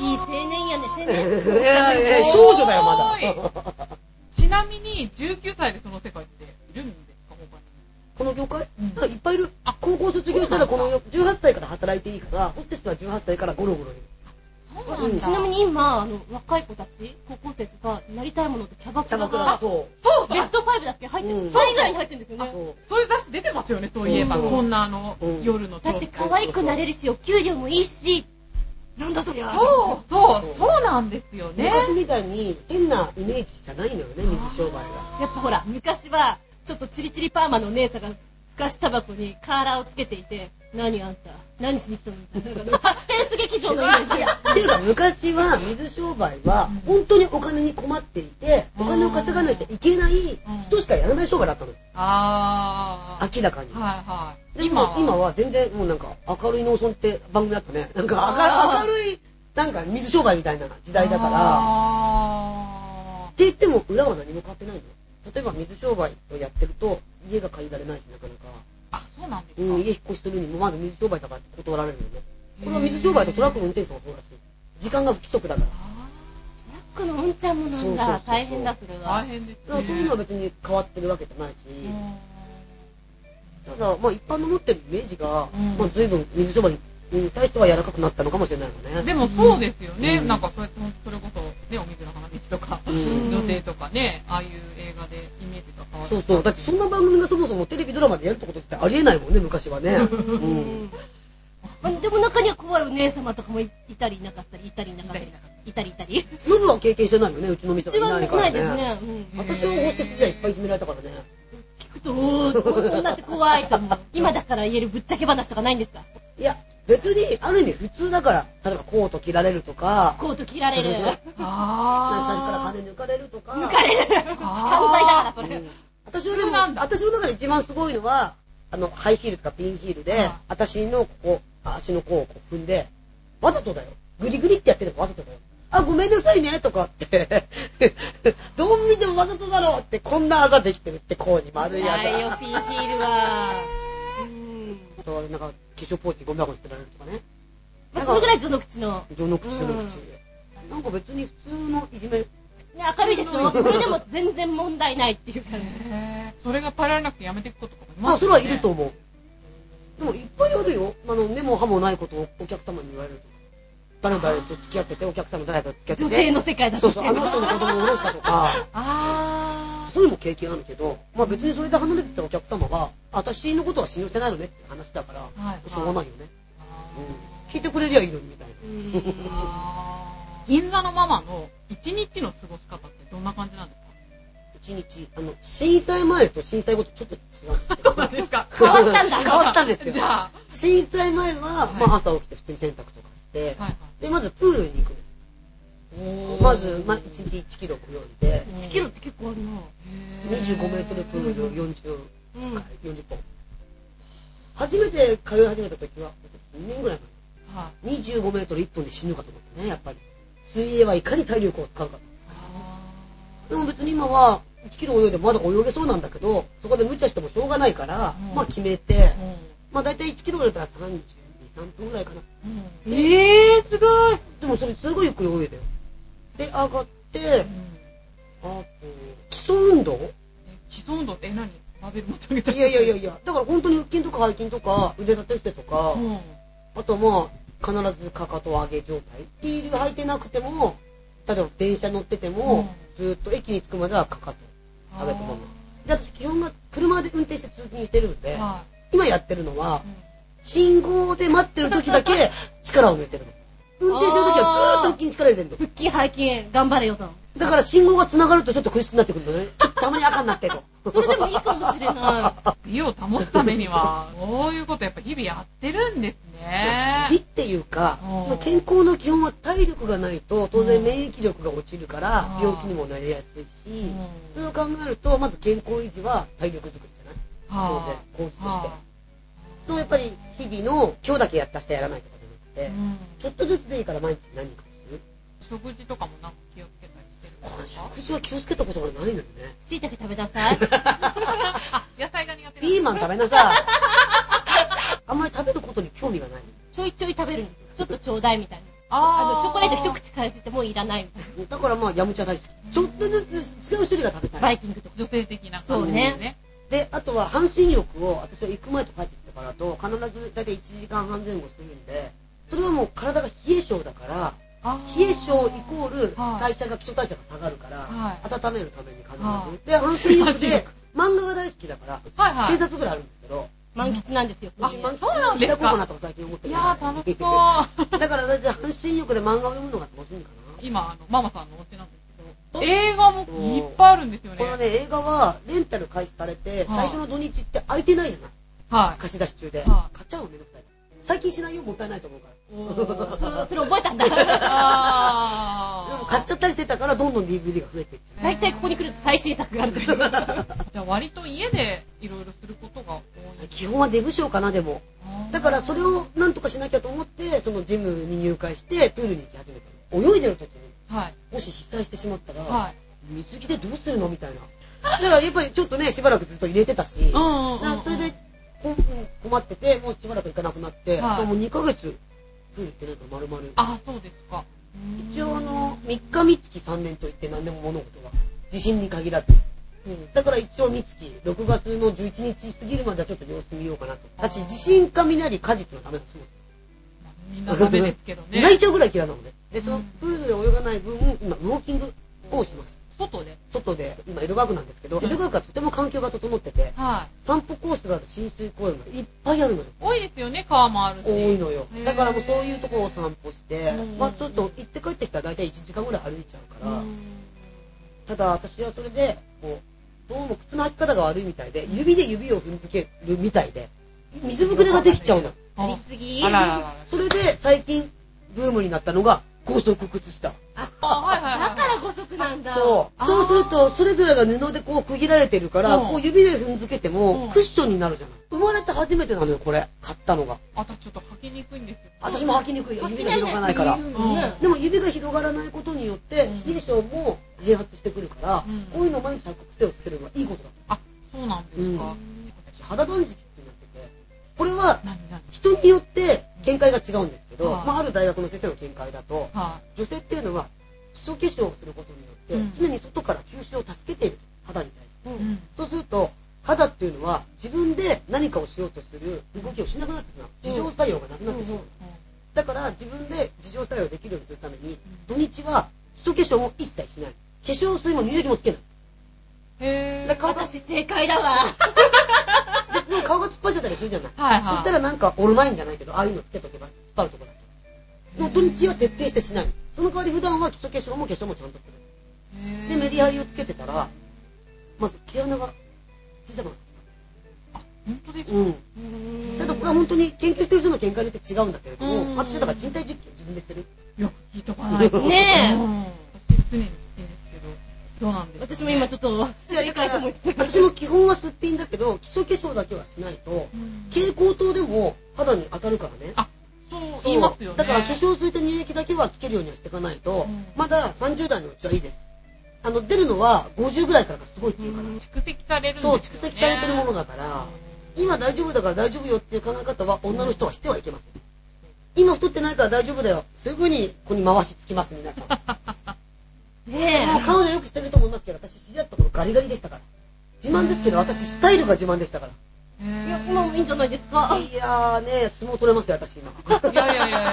C: いい青年やね、青
B: いや
C: 年。
B: いや少女だよ、まだ。
A: ちなみに、19歳でその世界っているん
B: の業界、
A: うん
B: なんかいっぱいいる高校卒業したらこのよ18歳から働いていいからホステスは18歳からゴロゴロいる
A: そうなんだ。
C: ちなみに今、あの、若い子たち、高校生とか、なりたいものってキャバ
B: キ
C: ク
B: ャ
C: ラ
B: バクラ
C: が、
B: そ
A: そうそう
C: ベスト5だっけ入ってる。
B: うん
C: 3位ぐらいに入ってるんですよ
B: う
C: ね。
B: そ
A: そういう雑誌出てますよね、そういえば。
B: そうそう
A: こんなあの、
B: うん
A: 夜のト
C: だ
A: ロ
C: っ
A: ッ
C: て
A: コ
C: 可愛くなれるし、お給料もいいし、なんだそりゃ。
A: そうそう、そうなんですよ
B: う
A: ね。
B: 昔みたいに変なイメージじゃないのよね水商売が
C: やっぱほら、昔は、ちょっとチリチリパーマのお姉さんが、ガシタバコにカーラーをつけていて、何あんた、何しに来たのみたいな。サスペンス劇場のイメージが。
B: っていうか昔は水商売は本当にお金に困っていてお金を稼がなきゃいけない人しかやらない商売だったの
A: あー。
B: 明らかに
A: は
B: で
A: いは
B: も
A: い。今は、
B: 今は全然もうなんか明るい農村って番組だったねなんか
C: あ
B: 明
C: ー
B: るいなんか水商売みたいな時代だから
A: あ
B: って言っても裏は何も変わってないの例えば水商売をやってると家が借りられないしなかなか、
A: ー。あ、そうなんですか。
B: うん、家引っ越しするにもまず水商売だからって断られるよねこれは水商売とトラックの運転手さんがそうらしい時間が不規則だから
A: あ
C: トラックのうんちゃんもな
B: そうんそうそう
C: だ。大変だ、それ
A: ー
C: は
A: 大。変ですね。
B: だからそういうのは別に変わってるわけじゃないし、
A: う
B: ただ、まあ、一般の持ってるイメージが、
A: うん
B: まあ、随分水商売に対しては柔らかくなったのかもしれないよ
A: ん
B: ね。
A: でもそうですよね、
B: うん
A: なんかそうやってそれこそ、ね、お水の花道とか、
B: うん
A: 女性とかね、ああいう映画でイメージが変わる
B: そうそう。だってそんな番組がそもそもテレビドラマでやるってことってありえないもんね、昔はね。うん。
C: まあでも中には怖いお姉様とかもいいたりいなかったり、いたりいなかったり
A: いたりいなか、
C: いたりいたり。
B: ノブは経験してないよね、うちの店
C: 一
B: は
C: 番
B: いないから、
C: な
B: ね。
C: いですね。うん
B: 私はホステス時代いっぱいいじめられたからね。
C: 聞くと、おー、女って怖いと思う。今だから言えるぶっちゃけ話とかないんですか
B: いや、別に、ある意味普通だから、例えばコート着られるとか、
C: コート着られる。
B: 最初から
A: あ
B: 金抜かれるとか。
C: 抜かれる。
A: ー
C: 犯罪だから、それ。
B: うん私はで
A: そう
B: も
A: なんだ
B: 私の中で一番すごいのはあのハイヒールとかピンヒールで、
A: はい
B: 私のここあ足の甲をこう踏んでわざとだよグリグリってやってるのわざとだよあごめんなさいねとかって どう見てもわざとだろうってこんなあざできてるってこうに丸いあ
C: ないよ
B: ざ、
C: ピンヒールは。うん。
B: あとはなんか化粧ポーチゴミ箱に捨てられるとかね
C: まあ、そのぐらい序の口の。
B: 序の口序の口、
C: うん
B: なんか別に普通のいじめ
C: ね、明るいでしょそれでも全然問題ないっていう感じ。
A: へーそれが耐えられなくてやめていくこととかも
B: まあ
A: ます
B: それ
A: よ
B: は
A: ね
B: いると思うでもいっぱいあるよあの根も葉もないことをお客様に言われるとか誰々と付き合っててお客様誰々と付き合
C: 女
B: ってて
C: 性の世界だし
B: そうそうあの人の子供を下ろしたとか
A: あ
B: そういうのも経験あるけど、まあ、別にそれで離れてたお客様は私のことは信用してないのねって話だから、
A: いはい
B: しょうがないよね、
A: あ
B: うん、聞いてくれりゃいいのにみたいな
C: うん
A: あー銀座のママの一日の過ごし方ってどんな感じ なんですか
B: 一日あの震災前と震災後とちょっと違うんですけど
A: そうなんですか
C: 変わったんだ
B: 変わったんですよ
A: じゃあ、
B: 震災前は、
A: はい
B: まあ、朝起きて普通に洗濯とかして、
A: はいはい
B: でまずプールに行くんですまず、まあ、1日1キロ泳いで、
C: 1キロって結構あるな。
B: 25メートルプールを40
C: うん。
B: 回、40本。初めて通い始めた時は、2年ぐらい
A: はい
B: 前。25メートル1本で死ぬかと思ってね、やっぱり。水泳はいかに体力を使うか。でも別に今は、1キロ泳いでもまだ泳げそうなんだけど、そこで無茶してもしょうがないから、
A: うん
B: まあ決めて
A: あ、ー
B: まあ大体1キロ泳いだら32、3分ぐらいかな。
A: うんうん
B: えー、すごいでもそれすごいゆっくり泳いだよ。で、上がって、あと、基礎運動
A: 既存度って何バーベル持ち上げたり
B: いやいやいやいや、だから本当に腹筋とか背筋とか腕立て伏せとか、
A: うん
B: あとまあ、必ずかかと上げ状態。ヒール履いてなくても、例えば電車乗ってても、ずっと駅に着くまではかかと上げたまま。で、私基本が車で運転して通勤してるんで、
A: は、
B: 今やってるのはい
A: うん
B: 信号で待ってる時だけ 力を抜いてるの。運転してる時はずーっと腹筋に力入れてるの。
C: 腹筋、背筋、頑張れよと。
B: だから信号が繋がるとちょっと苦しくなってくるのね。ちょっとたまに赤になってと。
C: それでもいいかもしれな
A: 美を保つためには、こういうことやっぱ日々やってるんです
B: 美っ
A: ね。
B: ていうか
A: うん、
B: 健康の基本は体力がないと当
A: う
B: 然
A: ん
B: 免疫力が落ちるから
A: あー
B: 病気にもなりやすいし、
A: うん
B: それを考えるとまず健康維持は体力作りじゃない当然構図として
A: は
B: そうやっぱり日々の今日だけやった人やらないとかじゃ
A: い
B: なくて、
A: うん
B: ちょっとずつでいいから毎日何かする
A: 食事とかもなんか気をつけたりしてるん
B: この
A: ですか
B: 食事は気をつけたことがないのよね
C: い。しいたけ食べなさい。
A: あ、野菜が苦手
B: ピーマン食べな さいあんまり食べることに興味がない
C: ちょいちょい食べるんですよちょっとちょうだいみたいな。
A: あ
C: あ
A: ー
C: の、チョコレート一口かじってもういらないみたい
B: だからまあやむちゃ大好きちょっとずつ違う種類が食べ
C: な。
B: た
C: バ
B: い
C: イキングとか。
A: 女性的な
C: そう
A: 感じ
C: ね
A: ですね。
B: でああとは半身浴を私は行く前と帰ってきてからと必ず大体1時間半前後するんでそれはもう体が冷え性だから
A: あー
B: 冷え性イコール
A: はい
B: 代謝が基礎代謝が下がるから、
A: はい
B: 温めるために必ず、
A: は
B: で半身浴
A: 半身
B: で
A: 浴
B: 漫画が大好きだから、
A: はいはい
B: 1000冊ぐらいあるんですけど
C: 満喫なんですよ。
B: あ
C: こういう
B: 満喫
A: そうなんですか
B: 行こうなとか最近思って
A: い
B: る
A: やー、楽しそう。
B: だから大体半身浴で漫画を読むのが楽しみかな
A: 今、あの、ママさんのお家なんです
B: お
A: けど、映画もいっぱいあるんですよね。
B: このね映画はレンタル開始されて
A: はい
B: 最初の土日って空いてないじゃない
A: はい。
B: 貸し出し中で
A: は
B: 買っちゃうのめんどくさい最近しないよもったいないと思うから
C: のそれそれ覚えたんだ。
A: あ
B: でも
A: ー。
B: 買っちゃったりしてたからどんどん DVD が増えていっちゃ
C: 大体ここに来ると最新作があるという。
A: じゃあ割と家でいろいろすることが多
B: う
A: い。
B: 基本はデブ症かなでもだからそれをなんとかしなきゃと思ってそのジムに入会してプールに行き始めたの泳いでる時に
A: はい。
B: もし被災してしまったら、
A: はい。
B: 水着でどうするのみたいなだからやっぱりちょっとねしばらくずっと入れてたし、
A: うんうんうん
B: だからそれでこう困っててもうしばらく行かなくなって、
A: はい
B: もう2ヶ月プール行ってないから丸々
A: あ、そうですか。
B: 一応あの3日三月3年といって何でも物事は地震に限らず、うん、だから一応三月6月の11日過ぎるまではちょっと様子見ようかなと私地震雷火事っていうのはダメなんですもん
A: まあみんなダメですけど
B: 泣い
A: ね。
B: ちゃうぐらい嫌いなのねでその
A: うん
B: プールで泳がない分今ウォーキングをします
A: 外で。
B: 外で今江戸川区なんですけど
A: うん
B: 江戸川区はとても環境が整ってて
A: はい。
B: 散歩コースがある浸水公園がいっぱいあるのよ
A: 多いですよね、川もあるし。
B: 多いのよ
A: へー
B: だからもうそういうところを散歩して
A: うん、
B: まあ、ちょっと行って帰ってきたら大体1時間ぐらい歩いちゃう
A: う
B: から、
A: ん
B: ただ私はそれでこうどうも靴の履き方が悪いみたいで指で指を踏んづけるみたいで水ぶくれができちゃうの
C: ありすぎ。
A: あらららら。
B: それで最近ブームになったのが高速靴下
A: あ、はいはいはい。
C: だから五足なんだ。
B: そうそうするとそれぞれが布でこう区切られてるから
A: うん
B: こう指で踏んづけて
A: うん
B: もクッションになるじゃない生まれて初めてなのよこれ買ったのが
A: 私ちょっと履きにくいんですよ。
B: 私も履きにくいよ指が広がないから
A: うん
B: でも指が広がらないことによって
A: うん
B: 冷え性も併発してくるから
A: うん
B: こういうのを毎日履く癖をつけるのはいいことだ
A: あ、そうなんですか。
B: 私肌断食ってなっててこれは
A: 何何
B: 人によって見解が違うんですけど、
A: はい
B: まあ、ある大学の先生の見解だと
A: は
B: 女性っていうのは基礎化粧をすることによって、
A: うん
B: 常に外から吸収を助けている肌に対して、
A: い。うん。
B: そうすると肌っていうのは自分で何かをしようとする動きをしなくなってしまう自浄作用がなくなってしまう、だから自分で自浄作用できるようにするために土日は基礎化粧も一切しない化粧水も乳液もつけない
A: へ
B: だ
A: ぇ
B: から顔が
C: 私正解だわ。
B: でも顔が突っ張っちゃったりするじゃない
A: はいは
B: そ
A: い。
B: したらなんかオールマインじゃないけど、ああいうのつけとけば、突っ張るとこだと。もう土日は徹底してしない。その代わり普段は基礎化粧も化粧もちゃんとする。で、メリハリをつけてたら、まず毛穴が小さくなって
A: 本当です
B: きた。うん。ただこれは本当に研究してる人の見解によって違うんだけれど
A: うん
B: も、私はだから人体実験を自分でしてる。
A: よく聞いとかないと。
C: ねえ
A: うん私常に聞いてるんですけど、どうなんですかね
C: 私も今ちょっと、正解と思いつつ。
B: 私も基本はすっぴんだけど、基礎化粧だけはしないと
A: う、ん
B: 蛍光灯でも肌に当たるからね。
A: あ、そう言いますよね。
B: だから化粧水と乳液だけはつけるようにはしていかないと、
A: うん
B: まだ30代のうちはいいですあの出るのは50ぐらいからがすごいっていうから、
A: 蓄積されるんです
B: そ
A: よ
B: う
A: ね
B: 蓄積されてるものだから、今大丈夫だから大丈夫よっていう考え方は女の人はしてはいけません今太ってないから大丈夫だよすぐにここに回しつきます皆さん
C: ね
B: もう彼女よくしてると思いますけど私知り合った頃ガリガリでしたから自慢ですけど私スタイルが自慢でしたか
A: へ
C: え。
A: ー
C: いや、もういいんじゃないです
B: ら
C: か。
B: いやーね相撲取れますよ私 今
A: いやいやいやいや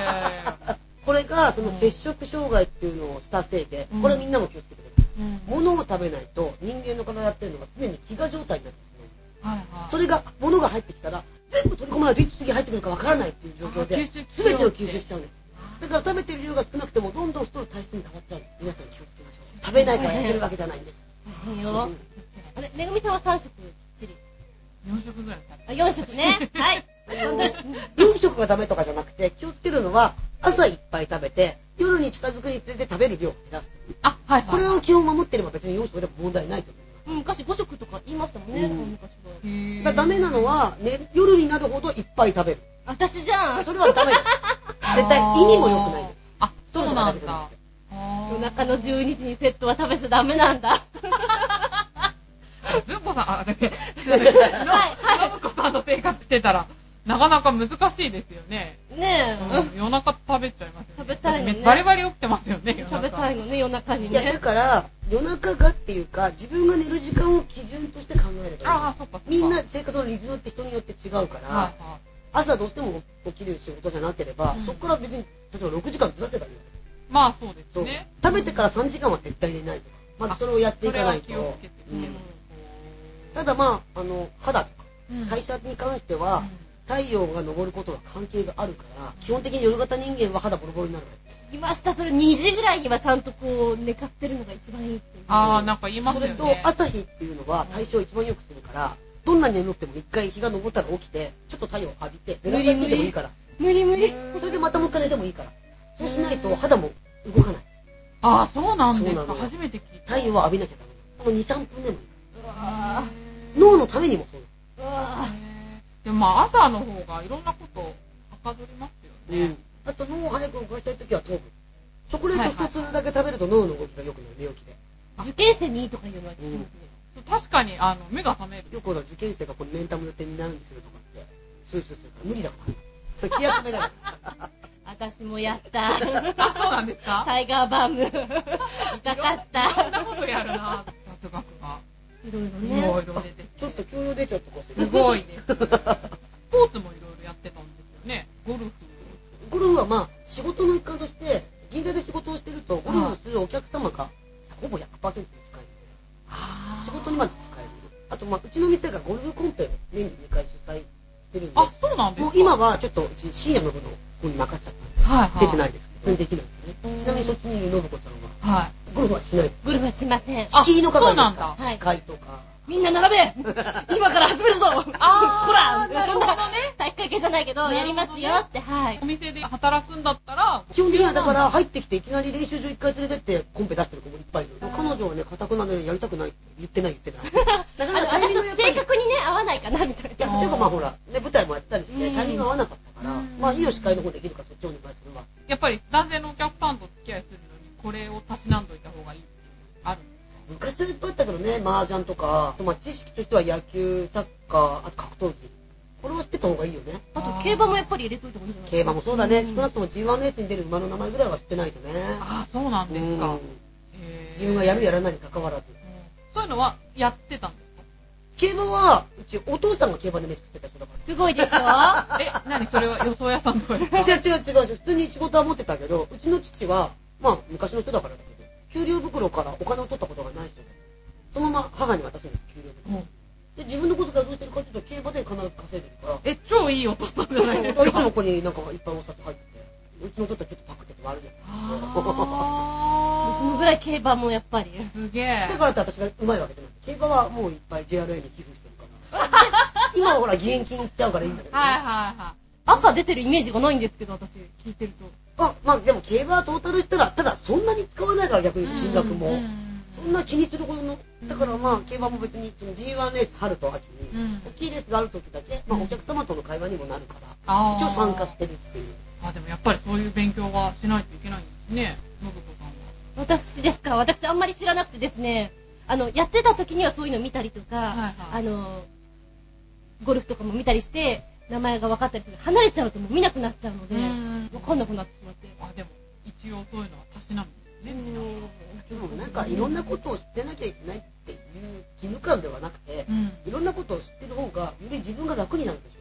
A: いや。
B: これがその摂食障害っていうのをしたせいで、
A: うん
B: これみんなも気をつけてください
A: うん
B: 物を食べないと人間の体っていうのが常に飢餓状態になってし
A: はい
B: ま
A: は
B: う
A: い。
B: それが物が入ってきたら全部取り込まないといつ次入ってくるかわからないっていう状況
A: あ
B: で
A: 吸収しよう
B: 全てを吸収しちゃうんですだから食べてる量が少なくてもどんどん太る体質に変わっちゃうんです皆さん気をつけましょう食べないから痩せるわけじゃないんです
C: いいよ。あれ、めぐみさんは3食きっちり。
A: 4食ぐらい食べ
C: あ、4食ね。はい。
B: 4食がダメとかじゃなくて気をつけるのは朝いっぱい食べて夜に近づくにつれて食べる量を減らす
A: あ、はいはい。
B: これを基本守ってれば別に4食でも問題ないと思います
C: うん昔5食とか言いましたもんね、
B: うん
C: 昔は。
A: へー、
B: だからダメなのは、ね、夜になるほどいっぱい食べる
C: 私じゃん。
B: それは ダメです絶対胃にも良くないです
A: あ、そうなん
B: 太るだけじゃな
A: だ
B: くて。
C: 夜
A: 夜
C: 中の12時にセットは食べちゃダメなんだ。
A: ずんこさん、あ、だ け、はい、のぶこさんの生活してたら、なかなか難しいですよね。
C: ねえ。
A: うん、夜中食べちゃいますよね。
C: 食べたいのね
A: バリバリ起きてますよね、夜中
C: 食べたいのね、夜中に
B: いや、だ
C: ね。
B: から、夜中がっていうか、自分が寝る時間を基準として考えればいい。
A: ああ、そっかそっか。
B: みんな生活のリズムって人によって違うから、
A: はいは
B: 朝どうしても起きる仕事じゃなければ、
A: うん
B: そこから別に、例えば6時間ずらせばいい。
A: い。まあそうで
B: そ
A: す
B: う
A: ね。
B: 食べてから3時間は絶対寝ないとか。まあ、
A: あ
B: それをやってい
A: そ
B: か
A: れ
B: な
A: はい
B: と。
A: 気をつけて
B: う
A: ね
B: ん。ただまあ、あの、肌、
A: うん
B: 代謝に関しては、太陽が昇ることは関係があるから、基本的に夜型人間は肌ボロボロになるわよ
C: 聞きました。それ2時ぐらいにはちゃんとこう、寝かせてるのが一番いいっていう。
A: ああ、なんか言います
B: そ
A: よ
B: れ
A: ね。
B: と朝日っていうのは対象を一番よくするから、どんなに眠くても一回日が昇ったら起きて、ちょっと太陽浴びて、ベランダに出てもいいから、
C: 無理無理。
B: それでまたもう一回寝てもいいから、そうしないと肌も動かない。
A: ああ、そうなんで
B: そ
A: す
B: うな
A: か。
B: の
A: 初めて聞いた。
B: 太陽は浴びなきゃダメ。もう2、3分でもいい。
C: うわ
B: 脳のためにもそう。
C: ぁ。うわ
A: でもまあ朝の方がいろんなことをはかどりますよね。
B: あと脳を早く動かしたいときは糖分。チョコレート一つだけ食べると脳の動きが良くなる、寝起きで。
C: ぁ受験生にいいとか言うのは聞きますね。
A: 確かに、あの、目が覚める。
B: よくほら受験生がこれメンタム塗ってになるんですよとかって、スースーするから無理だ から。気休めだから。
C: 私もやった。
A: あ、そうなんです か
C: タイガーバーム。痛かっ
A: いろんな
C: た。
A: ことやるな、雑学が。
C: いろいろ
A: い
C: ね。
A: ろいろ出て
B: ちょっと教養出ちゃったか
A: すごいです。スポーツもいろいろやってたんですよね。ゴルフ。
B: ゴルフはまあ、仕事の一環として、銀座で仕事をしてると、ゴルフするお客様が、ほぼ100%に近いんで、
A: あ
B: 仕事にまず使える。あと、まあ、うちの店がゴルフコンペを年に2回主催してるんで、
A: あ、そうなんですか
B: もう今
A: は、
B: はちょっとうち深夜の部の方に任せちゃっ
A: はい
B: たんで、
A: はい。
B: 出てないですけど、できないですね。ちなみにそっちにいる信子さんは、
A: はい。
B: ゴルフはしないです。
C: ゴルフはしません。
A: あ
B: 敷居の係
A: そうな
B: で
A: ん
B: す
A: だ
B: か
C: は
B: ら、
C: い
B: 司会とか。
C: みんな並べ今から始めるぞ
A: あー
C: ほ
A: な
C: ら
A: るほどね
C: 体育会系じゃないけど、
A: なるほどね
C: やりますよって、はい
A: お。店で働くんだったら、
B: 基本的にはだから入ってきていきなり練習場一回連れてってコンペ出してる子もいっぱいいる。彼女はね、固くなのでやりたくないって言ってない言ってない。
C: あ
B: なか
C: の
B: なかタイミ
C: 私
B: ン
C: と
B: グがやっぱり
C: 性格にね、合わないかな、みたい
B: いや
C: な。
B: 例えばまあほら、ね、舞台もやったりして、
C: うん
B: タイミング合わなかったから、
A: うん
B: まあいいよ司会の方できるからそっちをお願いするわ。
A: やっぱり男性のお客さんと付き合いするのに、これをたしなんどいた方がいいっていうのあるんです
B: 昔はいっぱいあったけどね、麻雀とか、あとまあ知識としては野球、サッカー、あと格闘技。これは知ってた方がいいよね。
C: あと、競馬もやっぱり入れといた方がいいんじゃない
B: 競馬もそうだね、少
C: ん
B: なくとも G1 レースに出る馬の名前ぐらいは知ってないとね。
A: ああ、そうなんです
B: う
A: か
B: ん。
A: へー
B: 自分がやるやらないに関わらず。
A: そういうのはやってたんです
B: 競馬は、うちお父さんが競馬で飯食ってた人だか。
C: すごいでしょ
A: かえ、何それは予想屋さんとかですから
B: 違う違う違う違う、普通に仕事は持ってたけど、うちの父は、まあ昔の人だからだけど、給料袋からお金を取ったことがない人で、そのまま母に渡すんです、給料袋。で自分のことがどうしてるかっていうと競馬で必ず稼いで るから
A: え、超いいお父さんじゃな いです
B: いつ
A: か。
B: もここになんかいっぱいお札入っててうちのとってはちょっとパクってて悪いや
A: あ
C: そのぐらい競馬もやっぱり。
A: ーすげえ
B: つだ。からって私がうまいわけじゃない競馬はもういっぱい JRA に寄付してるから今はほら義援金いっちゃうからいいんだけど、ね
A: はいはいは
C: 朝出てるイメージがないんですけど、私、聞いてると。
B: あまあでも競馬はトータルしたらただそんなに使わないから逆に
A: い。
B: 金額も、
A: うん
B: そんな気にするほどのだからまあ競馬も別にその G1 レース春と秋に、
A: うん
B: 大きいレースがある時だけ、まあ、
A: うん
B: お客様との会話にもなるから
A: あー
B: 一応参加してるっていう
A: あ、でもやっぱりそういう勉強はしないといけないんですね、信子さんは。
C: 私ですか私あんまり知らなくてですね、あの、やってた時にはそういうの見たりとか、
A: はいはい
C: あの、ゴルフとかも見たりして、名前が分かったりする。離れちゃうともう見なくなっちゃうので、
A: うん
C: 分かんなくなってしまって。
A: あ、でも、一応そういうのはたしなんですね、皆さん。
B: でもなんかいろんなことを知ってなきゃいけないっていう義務感ではなくて、
A: うん
B: いろんなことを知ってる方がより自分が楽になるでし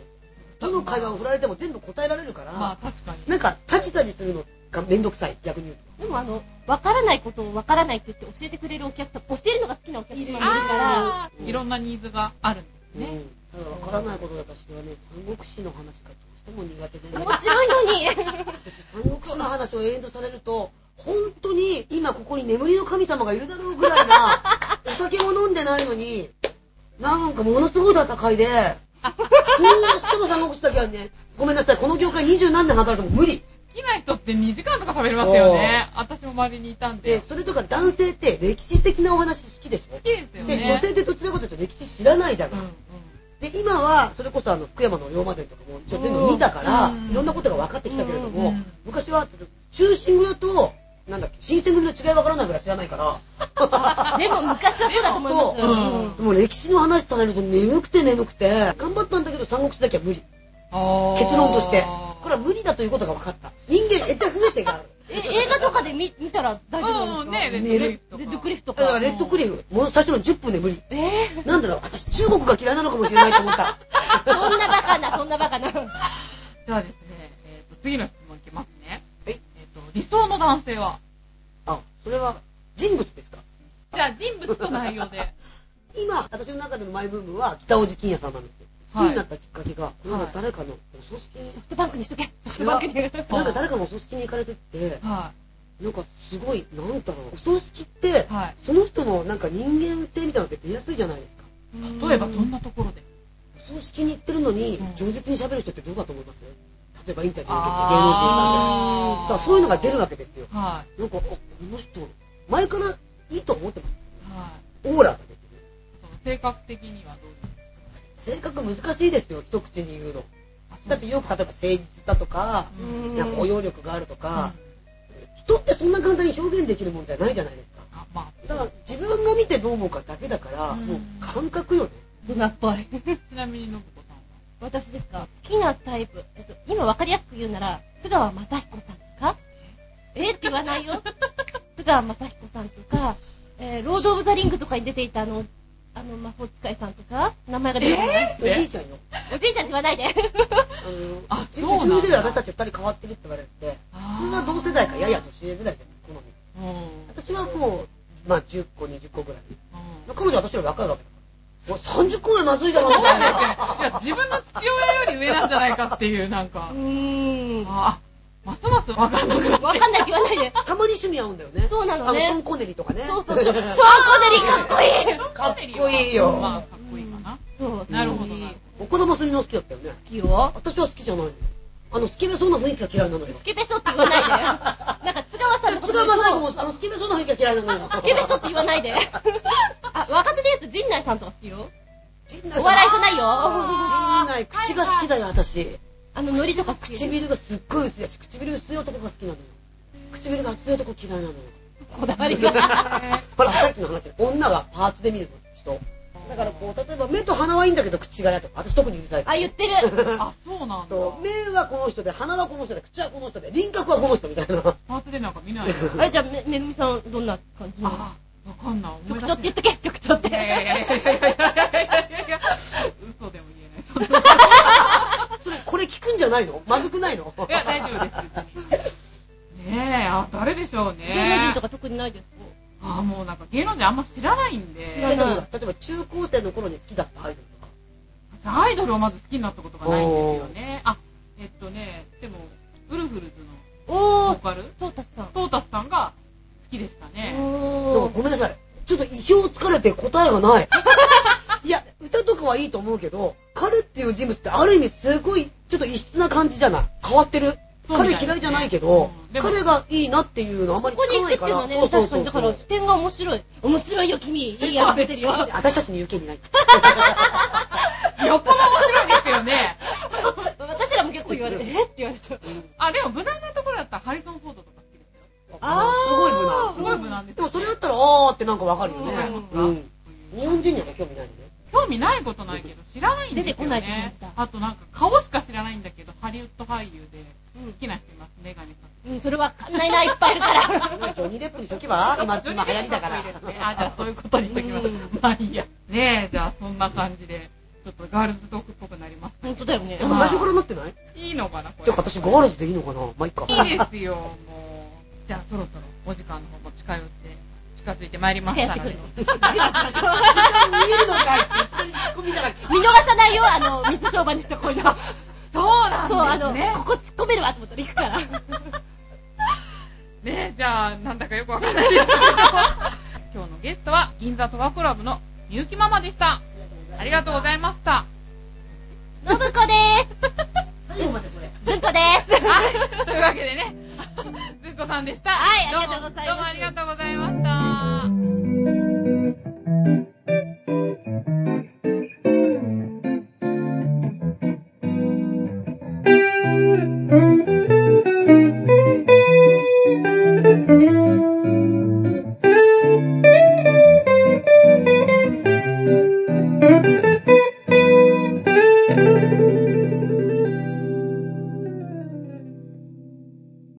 B: ょどの会話を振られても全部答えられるから、
A: まあ確かに。
B: なんか立ちたりするのがめんどくさい逆に言う
C: でもあの、分からないことを分からないって言って教えてくれるお客さん、教えるのが好きなお客さんもいるから、
A: あーいろんなニーズがあるんで
B: と、
A: すね。
B: うん、だから分からないことだ私はね三国志の話がどうしても苦手でね
C: 面白いのに。
B: 私三国志の話を延々とされると本当に今ここに眠りの神様がいるだろうぐらい なお酒も飲んでないのになんかものすごい戦いでどうしても三国志だけはねごめんなさいこの業界二十何年働いても無理
A: 好きな人って2時間とか喋りますよね。私も周りにいたんで。
B: で
A: 好
B: それとか男性って歴史的なお話好きでしょ
A: きですよ
B: で
A: ね。
B: 女性ってどちらかというと歴史知らないじゃ
A: う
B: なんい、
A: うん。
B: で今はそれこそあの福山の龍馬伝とかも一応全部見たから
A: うん
B: いろんなことが分かってきたけれども、
A: うん
B: 昔は中心蔵となんだっけ新選組の違い分からないぐらい知らないから
C: でも昔はそうだと思います。
A: でもそう
C: うん
A: うん
B: もう歴史の話されると眠くて眠くて、頑張ったんだけど三国志だけは無理。
A: あー
B: 結論として。これは無理だということが分かった。人間、得た増えてがある。
C: え映画とかで見見たら大丈夫なんですか、
A: うんねレッ
B: 寝
A: ドク
B: る
A: リフとか
C: レ
B: だ
C: ッドクリフと
B: か
C: か。
B: らレッドクリフ、もう最初の10分で無理。
C: えー
B: なんだろう、私中国が嫌いなのかもしれないと思 った。
C: そんなバカな、そんなバカな。
A: じゃあですね、えーと次の質問いきますね。
B: はい
A: えーと理想の男性は
B: あ、それは人物ですか
A: じゃあ人物と内容で。
B: 今、私の中でのマイブームは北尾路金也さんなんですよ。好き
A: はい
B: になったきっかけが、この間誰かのお葬式に、
C: ソフトバンクにしとけ。ソフトバンクに。
B: なんか誰かのお葬式に行かれてって、
A: は
B: なんかすごい、なんだろう、お葬式って
A: い。、はい。
B: その人のなんか人間性みたいなのって出やすいじゃないですか。
A: 例えばどんなところで
B: お葬式に行ってるのに
A: うん、
B: 饒舌に喋る人ってどうだと思います例えばインタビュー受けて芸能人さん
A: あ
B: で。
A: ー
B: さあ、そういうのが出るわけですよ。
A: は
B: なんか、あこの人、前からいいと思ってます。
A: い。はい。
B: オーラが出てる。
A: その性格的にはどうですか
B: 性格難しいですよ、一口に言うの。
A: あそう
B: だってよく例えば誠実だとか、
A: うん
B: なんか応用力があるとか、人ってそんな簡単に表現できるもんじゃないじゃないですか。
A: あま
B: だから自分が見てどう思うかだけだから、
A: うん
B: もう感覚よね。
C: ドナっぽい。
A: あ、ちなみに信子さんは
C: 私ですか好きなタイプ。えっと、今わかりやすく言うなら、須川正彦さんとか、えって言わない よ。須川正彦さんとか、えー、ロード・オブ・ザ・リングとかに出ていたあの、あの魔法使いさんとか、名前が出てこない。
B: おじいちゃんよ。
C: おじいちゃんって言わないで。
B: あの、
A: あ
B: うち
A: そうなんだ
B: の世代私たち二人変わってるって言われて、そんな同世代かやや年上ぐらいじゃん、好み。
A: うんうん
B: 私はもう、まあ10個、20個ぐらい。彼女は私より若いわけだから。もう30個はまずいだろうみたいな。
A: いや自分の父親より上なんじゃないかっていうなんか
C: うーん。わ
A: あますますわかんなくなって
C: かんないって言わ ないで。
B: たまに趣味合うんだよね。
C: そうなのね
B: あショーン・コネリとかね。
C: そうそう、 ショーン・コネリかっこいい
B: かっこいいよ
A: まあかっこいいかな、
C: そう、
A: なるほどなる
B: お子供すみの好きだったよね。
C: 好きよ。
B: 私は好きじゃないのよあの、スケベそうな雰囲気が嫌いなのよ。
C: スケベソって言わない で。なんか津川さんのこ
B: 津
C: と
B: 川
C: で
B: 雅彦も、あの、スケベそうな雰囲気が嫌いなのよ。
C: ス ケベソって言わないで。あ、若手で言うと陣内さんとか好きよ。
B: 陣内
C: お笑い
B: さ
C: じゃ
B: ん
C: ない
B: 陣
C: よ。
B: 内、口が好きだよ、私。
C: あの、ノリとか好き。
B: 唇がすっごい薄いし、唇薄い男が好きなのよ。唇が厚い男嫌いな のよ。
C: こだわり が。
B: ほら、さっきの話、女はパーツで見るの、人。だからこう、例えば目と鼻はいいんだけど口が嫌とか、私特にうるさいから。
C: あ、言ってる。
A: あそうなんだ
B: そう、目はこの人で、鼻はこの人で、口はこの人で、輪郭はこの人みたいな。
A: パーツでなんか見ないよ
C: あれじゃあ、め、めぐみさん、どんな感じなの
A: あわかんない思
C: 局
A: い
C: 長
A: 出せ
C: って言っとけ、局長っ
A: いやいやい
C: て。
A: やいやいやいやいやいや嘘でも言えないそんな
B: それ、これ聞くんじゃないのまずくないの
A: いや、大丈夫です。ねえ、あ、誰でしょ う
C: 芸能
A: ね
C: 人と。か特にないですか
A: あ、もうなんか芸能人あんま知らないんで、
C: 知ら
B: 例
C: な
B: え
C: い
B: ば、例えば中高生の頃に好きだったアイドルとか。
A: アイドルをまず好きになったことがないんですよね。あ、えっとね、でも、ウルフルズのボ
C: お
A: ー
C: ー、
A: カル、
C: トータスさん。
A: トータスさんが好きでしたね。
B: でも
C: おー。
B: ごめんなさい。ちょっと意表をつかれて答えがない。 いや、歌とかはいいと思うけど、彼っていう人物ってある意味すごい、ちょっと異質な感じじゃない変わってる。
A: そうみ
B: 彼
A: たいですね
B: 嫌いじゃないけど、
A: うんでも
B: 彼がいいなっていうのあん
C: そ
B: まり
C: こ
B: 聞
C: に
B: か
C: 行
B: な
C: くっ
B: いか
C: ていう
B: ら。
C: のはね、確かに、だから
B: そ
C: 視点が面白い。面白いよ、君。いいや、焦ってるよ。
B: う私たちに受け にない。
A: よっぽど面白いですよね。
C: 私らも結構言われて、えって言われちゃう。
A: あ、でも無難なところだったらハリソン・フォードとか好きですよ。
C: あー
B: すごい無難。
A: すごい無難です
B: でも
A: よね。
B: それだったら、あーってなんかわかるよね。
A: わかりますか
B: うん。日本人には興味ないよね。
A: 興味ないことないけど、知らないんですよね。
C: 出てこないと思った
A: あとなんか顔しか知らないんだけど、ハリウッド俳優で好きな人います。メガネかけて
C: うん、それわかんないな、いっぱいいるから。
B: ジョニー・デップにしとけば今、
A: ジョニ
B: 今
A: ー
B: 流行りだか。
A: からっこいいですねあ、じゃあそういうことにしときます。まあいいや。ねえ、じゃあそんな感じで、ちょっとガールズトークっぽくなりました。
C: 本当だよね
B: で。も最初からなってない
A: いいのかな、こ
B: て
A: れ
B: か。私、ガールズでいいのかなまあ、いっか。
A: いいですよ、もう。じゃあそろそろお時間の方も近寄って、近づいてまいりま
C: 近寄っ
A: し
C: たて
A: の
C: く
A: で
C: る。の。じわじわと。
B: 見えるのかいっていきなり突っ込みだらけ。
C: 見逃さないよ、あの、水商売の人、こういうの。
A: そう
C: そう、あ
A: なんです
C: の、
A: ね。
C: ここ突っ込めるわと思ったら行くから。
A: ねえ、じゃあなんだかよくわかんないですけ ど、今日のゲストは銀座トワクラブのみゆきママでした。ありがとうございました。
C: のぶこで
B: 最後までそれ。
C: す。ずんこです。
A: はい。というわけでね、ずっこさんでした。
C: はい
A: ども
C: ありがとうございます
A: どうもありがとうございました。